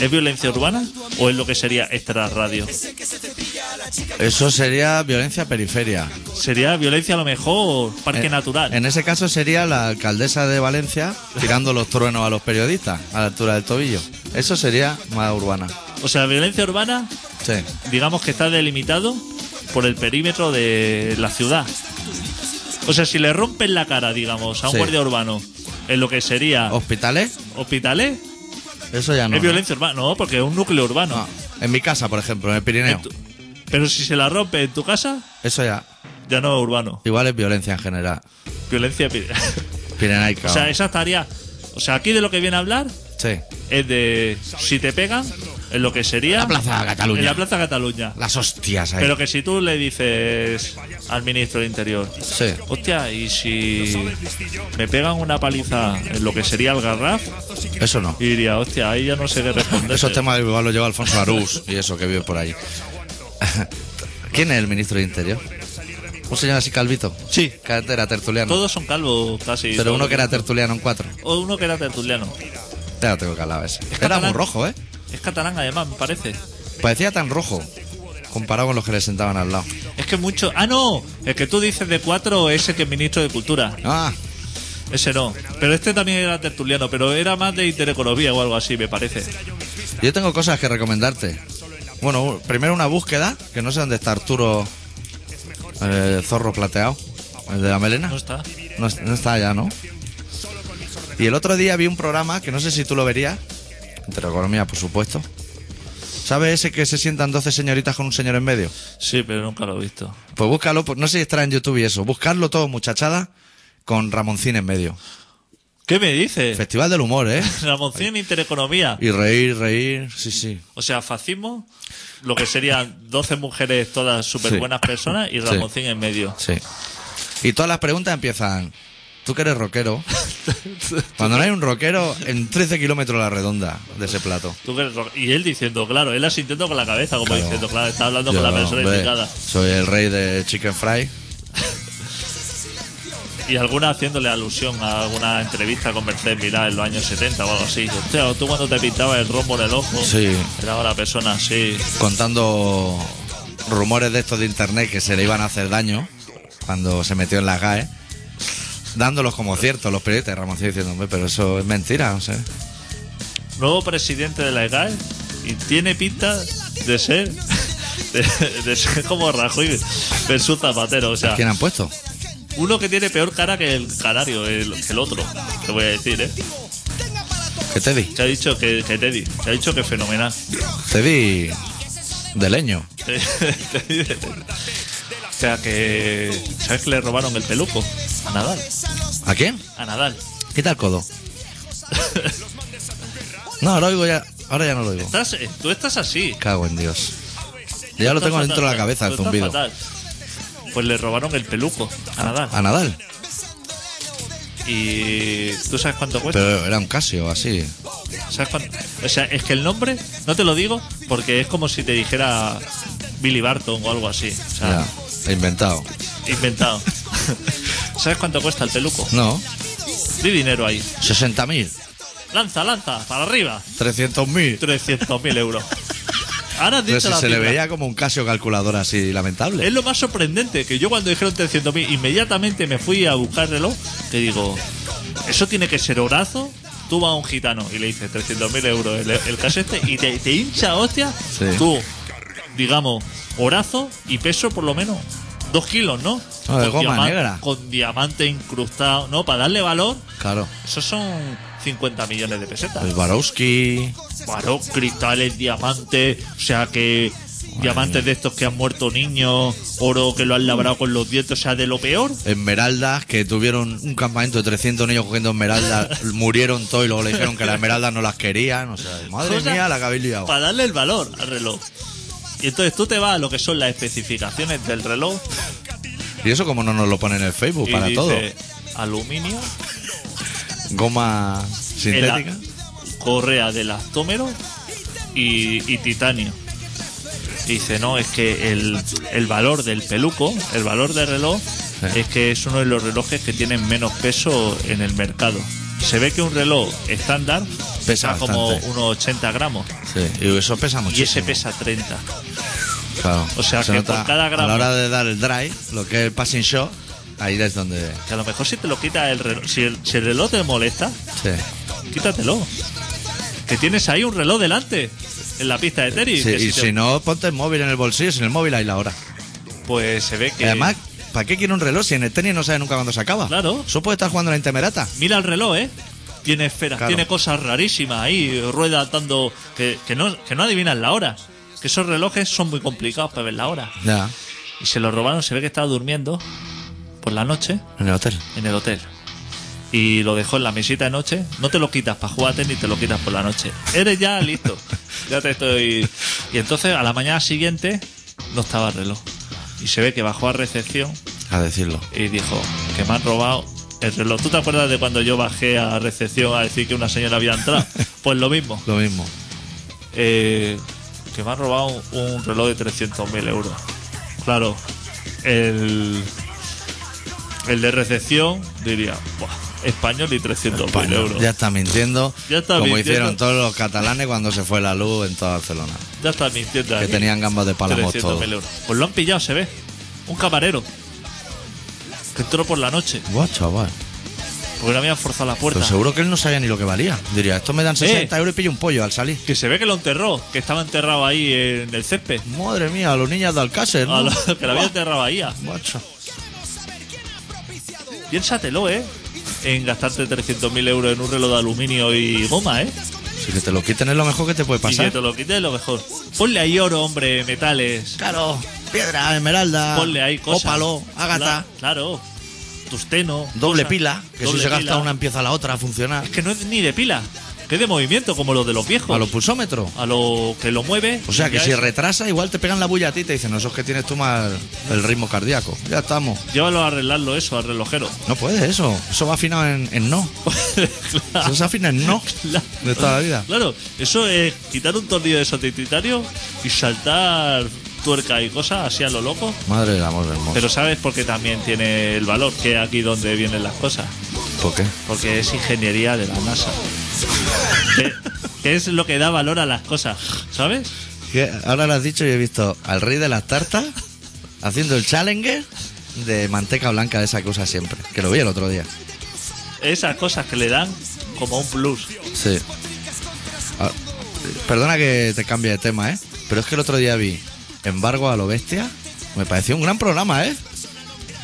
[SPEAKER 2] ¿es violencia urbana o es lo que sería extra radio?
[SPEAKER 1] Eso sería violencia periferia.
[SPEAKER 2] Sería violencia a lo mejor, parque
[SPEAKER 1] En-
[SPEAKER 2] natural.
[SPEAKER 1] En ese caso sería la alcaldesa de Valencia tirando los truenos a los periodistas a la altura del tobillo. Eso sería más urbana.
[SPEAKER 2] o sea, violencia urbana,
[SPEAKER 1] Sí.
[SPEAKER 2] digamos que está delimitado por el perímetro de la ciudad. O sea, si le rompen la cara, digamos, a un
[SPEAKER 1] Sí.
[SPEAKER 2] guardia urbano en lo que sería
[SPEAKER 1] ¿Hospitales?
[SPEAKER 2] hospitales,
[SPEAKER 1] Eso ya no. Ah,
[SPEAKER 2] Ah. es
[SPEAKER 1] ¿no?
[SPEAKER 2] violencia urbana. No, porque es un núcleo urbano.
[SPEAKER 1] No, En mi casa, por ejemplo, en el Pirineo.
[SPEAKER 2] En tu- Pero si se la rompe en tu casa,
[SPEAKER 1] Eso ya.
[SPEAKER 2] ya no es urbano.
[SPEAKER 1] Igual es violencia en general.
[SPEAKER 2] Violencia pi-
[SPEAKER 1] Pirenaica.
[SPEAKER 2] O sea, esa estaría. O sea, aquí de lo que viene a hablar
[SPEAKER 1] Sí.
[SPEAKER 2] es de si te pegan en lo que sería.
[SPEAKER 1] La Plaza Cataluña.
[SPEAKER 2] En la Plaza Cataluña.
[SPEAKER 1] Las hostias ahí.
[SPEAKER 2] Pero que si tú le dices al ministro del Interior,
[SPEAKER 1] Sí.
[SPEAKER 2] hostia, y si me pegan una paliza en lo que sería el garraf,
[SPEAKER 1] Eso no.
[SPEAKER 2] y diría, hostia, ahí ya no sé qué responder.
[SPEAKER 1] Esos temas igual los lleva Alfonso Arús y eso que vive por ahí. ¿Quién es el ministro de Interior? Un señor así calvito.
[SPEAKER 2] Sí.
[SPEAKER 1] Que antes era tertuliano.
[SPEAKER 2] Todos son calvos casi.
[SPEAKER 1] Pero uno que era tertuliano en cuatro.
[SPEAKER 2] O uno que era tertuliano.
[SPEAKER 1] Ya lo tengo que hablar ese. Era
[SPEAKER 2] catalán.
[SPEAKER 1] muy rojo, ¿eh?
[SPEAKER 2] Es catalán además, me parece.
[SPEAKER 1] Parecía tan rojo. Comparado con los que le sentaban al lado.
[SPEAKER 2] Es que mucho. Ah, no, el que tú dices de cuatro ese que es ministro de Cultura.
[SPEAKER 1] Ah,
[SPEAKER 2] Ese no. Pero este también era tertuliano, pero era más de intereconomía o algo así, me parece.
[SPEAKER 1] yo tengo cosas que recomendarte. Bueno, primero una búsqueda, que no sé dónde está Arturo eh, Zorro Plateado, el de la melena.
[SPEAKER 2] No está.
[SPEAKER 1] No, es- no está ya, ¿no? Y el otro día vi un programa que no sé si tú lo verías. Intereconomía, por supuesto. ¿Sabes ese que se sientan 12 señoritas con un señor en medio?
[SPEAKER 2] Sí, pero nunca lo he visto.
[SPEAKER 1] Pues búscalo, pues no sé si estará en YouTube y eso. Buscarlo todo, muchachada, con Ramoncín en medio.
[SPEAKER 2] ¿Qué me dices?
[SPEAKER 1] Festival del humor, ¿eh?
[SPEAKER 2] Ramoncín, intereconomía.
[SPEAKER 1] Y reír, reír, sí, sí.
[SPEAKER 2] O sea, fascismo, lo que serían 12 mujeres todas súper buenas personas y Ramoncín en medio.
[SPEAKER 1] Sí. Y todas las preguntas empiezan. Tú que eres rockero. Cuando no hay un rockero, en 13 kilómetros a la redonda de ese plato.
[SPEAKER 2] Tú que eres ro- Y él diciendo, claro, él asintiendo con la cabeza, como
[SPEAKER 1] Claro.
[SPEAKER 2] diciendo, claro, está hablando
[SPEAKER 1] Yo,
[SPEAKER 2] con la persona
[SPEAKER 1] hombre,
[SPEAKER 2] indicada.
[SPEAKER 1] Soy el rey de Chicken Fry.
[SPEAKER 2] Y alguna haciéndole alusión a alguna entrevista con Mercedes Milá en los años 70 o algo así. Hostia, tú cuando te pintabas el rombo en el ojo,
[SPEAKER 1] Sí.
[SPEAKER 2] era la persona así.
[SPEAKER 1] contando rumores de estos de internet que se le iban a hacer daño cuando se metió en la GAE, dándolos como ciertos los periodistas. Ramón sigue diciendo, "Hombre, pero eso es mentira, no sé.
[SPEAKER 2] Nuevo presidente de la E EGAE y tiene pinta de ser. De, de ser como Rajoy versus Zapatero, o sea,
[SPEAKER 1] ¿Quién han puesto?
[SPEAKER 2] uno que tiene peor cara que el canario, el, que el otro, te voy a decir, ¿eh?
[SPEAKER 1] ¿Qué te di?
[SPEAKER 2] Te ha dicho que, que Teddy, te ha dicho que fenomenal.
[SPEAKER 1] Te di de leño.
[SPEAKER 2] o sea, que. ¿Sabes que le robaron el peluco? A Nadal.
[SPEAKER 1] ¿A quién?
[SPEAKER 2] A Nadal.
[SPEAKER 1] Quita el codo. No, ahora oigo ya, ahora ya no lo oigo.
[SPEAKER 2] Estás- eh, tú estás así.
[SPEAKER 1] Cago en Dios. Yo ya lo
[SPEAKER 2] Estás
[SPEAKER 1] tengo dentro de la
[SPEAKER 2] fatal,
[SPEAKER 1] cabeza el
[SPEAKER 2] tú estás
[SPEAKER 1] zumbido.
[SPEAKER 2] fatal. Pues le robaron el peluco a Nadal.
[SPEAKER 1] A Nadal,
[SPEAKER 2] Y tú sabes cuánto cuesta.
[SPEAKER 1] pero era un casio así.
[SPEAKER 2] ¿Sabes cuánto? O sea, es que el nombre, no te lo digo, porque es como si te dijera Billy Barton o algo así. O sea,
[SPEAKER 1] Ya, inventado.
[SPEAKER 2] inventado. ¿Sabes cuánto cuesta el peluco?
[SPEAKER 1] No,
[SPEAKER 2] Di dinero ahí.
[SPEAKER 1] 60.000,
[SPEAKER 2] Lanza, lanza, para arriba.
[SPEAKER 1] 300.000.
[SPEAKER 2] 300.000 euros. Ahora has dicho
[SPEAKER 1] Pero si
[SPEAKER 2] la Eh.
[SPEAKER 1] se le
[SPEAKER 2] cifra.
[SPEAKER 1] veía como un casio calculador así lamentable.
[SPEAKER 2] Es lo más sorprendente que yo cuando dijeron 300.000 inmediatamente me fui a buscar reloj que digo, eso tiene que ser orazo. Tú vas a un gitano y le dices 300.000 euros el, el caso este y te, te hincha hostia.
[SPEAKER 1] Sí.
[SPEAKER 2] Tú, digamos, orazo y peso por lo menos dos kilos, ¿no?
[SPEAKER 1] No, Ah, de goma negra.
[SPEAKER 2] Con diamante incrustado, ¿no? Para darle valor,
[SPEAKER 1] Claro.
[SPEAKER 2] esos son 50 millones de pesetas.
[SPEAKER 1] El Barowski.
[SPEAKER 2] Varón, cristales, diamantes, o sea que diamantes de estos que han muerto niños, oro que lo han labrado con los dientes, o sea, de lo peor.
[SPEAKER 1] Esmeraldas que tuvieron un campamento de 300 niños cogiendo esmeraldas, murieron todos y luego le dijeron que las esmeraldas no las querían. O sea, madre
[SPEAKER 2] Cosa
[SPEAKER 1] mía, la que habéis liado.
[SPEAKER 2] Para darle el valor al reloj. Y entonces tú te vas a lo que son las especificaciones del reloj.
[SPEAKER 1] Y eso, como no nos lo ponen en el Facebook,
[SPEAKER 2] y
[SPEAKER 1] para
[SPEAKER 2] dice,
[SPEAKER 1] todo.
[SPEAKER 2] Aluminio,
[SPEAKER 1] Goma
[SPEAKER 2] el a-
[SPEAKER 1] sintética.
[SPEAKER 2] correa de lactómero y, y titanio. Y dice, no, es que el, el valor del peluco, el valor del reloj, es que es uno de los relojes que tienen menos peso en el mercado. Se ve que un reloj estándar
[SPEAKER 1] Pesa
[SPEAKER 2] como
[SPEAKER 1] bastante.
[SPEAKER 2] unos 80 gramos
[SPEAKER 1] Sí, y eso pesa muchísimo.
[SPEAKER 2] y ese pesa 30.
[SPEAKER 1] Claro.
[SPEAKER 2] O sea, que por cada gramo-
[SPEAKER 1] A la hora de dar el drive, lo que es el passing shot, ahí es donde.
[SPEAKER 2] Que a lo mejor si te lo quita el reloj, si el, si el reloj te molesta,
[SPEAKER 1] Sí.
[SPEAKER 2] quítatelo. Que tienes ahí un reloj delante en la pista de tenis.
[SPEAKER 1] Sí,
[SPEAKER 2] que
[SPEAKER 1] y
[SPEAKER 2] si te-
[SPEAKER 1] si no, ponte el móvil en el bolsillo, sin el móvil ahí la hora.
[SPEAKER 2] Pues se ve que.
[SPEAKER 1] Además, ¿para qué quiere un reloj si en el tenis no sabe nunca cuándo se acaba?
[SPEAKER 2] Claro.
[SPEAKER 1] Eso puede estar jugando en la intemerata.
[SPEAKER 2] Mira el reloj, ¿eh? Tiene esferas,
[SPEAKER 1] Claro.
[SPEAKER 2] tiene cosas rarísimas ahí, ruedas dando. Que, que no, que no adivinas la hora. Que esos relojes son muy complicados para ver la hora.
[SPEAKER 1] Ya,
[SPEAKER 2] Y se lo robaron, se ve que estaba durmiendo por la noche
[SPEAKER 1] en el hotel.
[SPEAKER 2] en el hotel. Y lo dejó en la mesita de noche. No te lo quitas para jugar a tenis, te lo quitas por la noche. Eres ya listo. Ya te estoy. Y entonces a la mañana siguiente no estaba el reloj. Y se ve que bajó a recepción
[SPEAKER 1] A decirlo.
[SPEAKER 2] y dijo que me han robado el reloj. ¿Tú te acuerdas de cuando yo bajé a recepción a decir que una señora había entrado? Pues lo mismo.
[SPEAKER 1] Lo mismo.
[SPEAKER 2] Eh, que me han robado un, un reloj de 300.000 euros. Claro, el, el de recepción diría, "Buah, español y 300.000 euros.
[SPEAKER 1] Pues Ya
[SPEAKER 2] Ya.
[SPEAKER 1] está mintiendo.
[SPEAKER 2] Pues Ya está
[SPEAKER 1] como
[SPEAKER 2] mintiendo.
[SPEAKER 1] hicieron todos los catalanes cuando se fue la luz en toda Barcelona.
[SPEAKER 2] está mintiendo
[SPEAKER 1] Que
[SPEAKER 2] aquí.
[SPEAKER 1] tenían gambas de palamos todos.
[SPEAKER 2] 300.000 euros. Pues lo han pillado, se ve. Un camarero. Que entró por la noche.
[SPEAKER 1] Buah, chaval.
[SPEAKER 2] Porque no habían forzado la puerta.
[SPEAKER 1] Pero seguro que él no sabía ni lo que valía. Diría, esto me dan 60 euros y pillo un pollo al salir.
[SPEAKER 2] Que se ve que lo enterró. Que estaba enterrado ahí en el césped.
[SPEAKER 1] Madre mía, a los niños de Alcácer, ¿no?
[SPEAKER 2] A lo- que lo había enterrado ahí. ah.
[SPEAKER 1] Macho.
[SPEAKER 2] Piénsatelo, ¿eh? En gastarte 300.000 euros en un reloj de aluminio y goma, ¿eh?
[SPEAKER 1] Si que te lo quiten es lo mejor que te puede
[SPEAKER 2] Y
[SPEAKER 1] pasar.
[SPEAKER 2] que te lo quites lo mejor. Ponle ahí oro, hombre, metales.
[SPEAKER 1] Claro, piedra, esmeralda,
[SPEAKER 2] Ponle ahí cosas.
[SPEAKER 1] ópalo, ágata,
[SPEAKER 2] Cla- Claro. Tusteno.
[SPEAKER 1] doble
[SPEAKER 2] cosas.
[SPEAKER 1] pila, que
[SPEAKER 2] Doble
[SPEAKER 1] si se
[SPEAKER 2] pila. Pues-
[SPEAKER 1] gasta una empieza la otra a funcionar.
[SPEAKER 2] Es que no es ni de pila. Que es de movimiento, como los de los viejos.
[SPEAKER 1] A los pulsómetros.
[SPEAKER 2] A lo que lo mueve.
[SPEAKER 1] O sea que
[SPEAKER 2] ya
[SPEAKER 1] si
[SPEAKER 2] es-
[SPEAKER 1] retrasa, igual te pegan la bulla a ti y te dicen, no, eso es que tienes tú mal el ritmo cardíaco. Ya estamos.
[SPEAKER 2] Llévalo a arreglarlo eso, al relojero.
[SPEAKER 1] No puedes eso. Eso va afinado en, en no. Eso se afina en no.
[SPEAKER 2] Claro.
[SPEAKER 1] De toda la vida.
[SPEAKER 2] Claro, eso es quitar un tornillo de satititario y saltar tuerca y cosas así a lo loco.
[SPEAKER 1] Madre del amor hermoso.
[SPEAKER 2] Pero sabes por qué también tiene el valor, que es aquí donde vienen las cosas.
[SPEAKER 1] ¿Por qué?
[SPEAKER 2] Porque es ingeniería de la NASA. que, que es lo que da valor a las cosas, ¿sabes?
[SPEAKER 1] Que ahora lo has dicho y he visto al rey de las tartas haciendo el challenger de manteca blanca de esa que usa siempre. Que lo vi el otro día.
[SPEAKER 2] Esas cosas que le dan como un plus.
[SPEAKER 1] Sí. Ah, perdona que te cambie de tema, ¿eh? Pero es que el otro día vi Embargo a lo bestia. Me pareció un gran programa, ¿eh?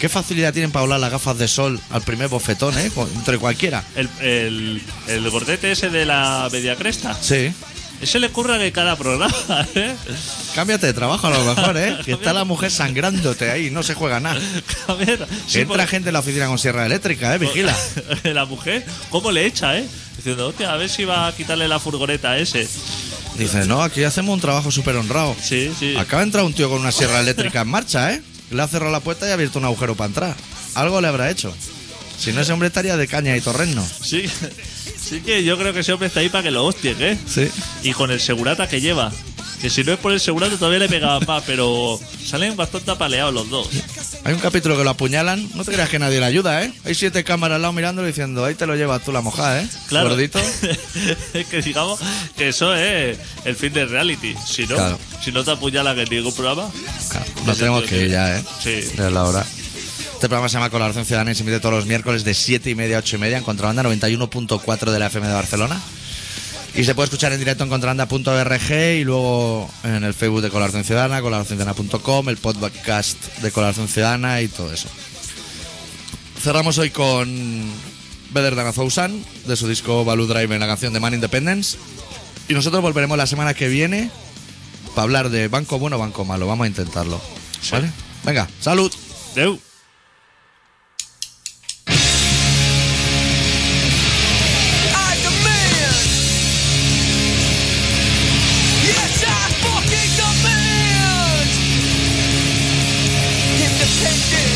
[SPEAKER 1] Qué facilidad tienen para hablar las gafas de sol al primer bofetón, ¿eh? Con- Entre cualquiera.
[SPEAKER 2] El, el, el gordete ese de la media cresta.
[SPEAKER 1] Sí.
[SPEAKER 2] Ese le curra de cada programa, ¿eh?
[SPEAKER 1] Cámbiate de trabajo a lo mejor, ¿eh? Que está la mujer sangrándote ahí, no se juega nada.
[SPEAKER 2] A ver, sí,
[SPEAKER 1] Entra
[SPEAKER 2] porque-
[SPEAKER 1] gente en la oficina con sierra eléctrica, ¿eh? Vigila.
[SPEAKER 2] la mujer, ¿cómo le echa, eh? Diciendo, hostia, a ver si va a quitarle la furgoneta a ese.
[SPEAKER 1] Dice, no, aquí hacemos un trabajo súper honrado.
[SPEAKER 2] Sí, sí.
[SPEAKER 1] Acaba de entrar un tío con una sierra eléctrica en marcha, ¿eh? Le ha cerrado la puerta y ha abierto un agujero para entrar. Algo le habrá hecho. Si no, ese hombre estaría de caña y torreno.
[SPEAKER 2] Sí, sí que yo creo que ese hombre está ahí para que lo hostien, ¿eh?
[SPEAKER 1] Sí.
[SPEAKER 2] Y con el segurata que lleva. Que si no es por el segurata todavía le pegaba más, pero salen bastante apaleados los dos.
[SPEAKER 1] Hay un capítulo que lo apuñalan. No te creas que nadie le ayuda, ¿eh? Hay siete cámaras al lado mirándolo diciendo, ahí te lo llevas tú la mojada, ¿eh?
[SPEAKER 2] Claro.
[SPEAKER 1] Gordito.
[SPEAKER 2] es que digamos que eso es el fin del reality. Si no,
[SPEAKER 1] Claro.
[SPEAKER 2] si no te apuñalan en ningún programa,
[SPEAKER 1] Claro, Nos tenemos que ir ya, ¿eh?
[SPEAKER 2] Sí.
[SPEAKER 1] Ya es la hora. Este programa se llama Colaboración Ciudadana y se emite todos los miércoles de 7 y media a 8 y media en Contrabanda 91.4 de la FM de Barcelona. Y se puede escuchar en directo en contrabanda.org y luego en el Facebook de Colaboración Ciudadana, colaboracionciudadana.com, el podcast de Colaboración Ciudadana y todo eso. Cerramos hoy con Beder Danazousan de su disco Baloo Drive en la canción de Man Independence. Y nosotros volveremos la semana que viene para hablar de banco bueno, banco malo. Vamos a intentarlo. ¿Vale? Venga, salud.
[SPEAKER 2] Deu.
[SPEAKER 4] I demand. Yes, I fucking demand. Independent. Oh,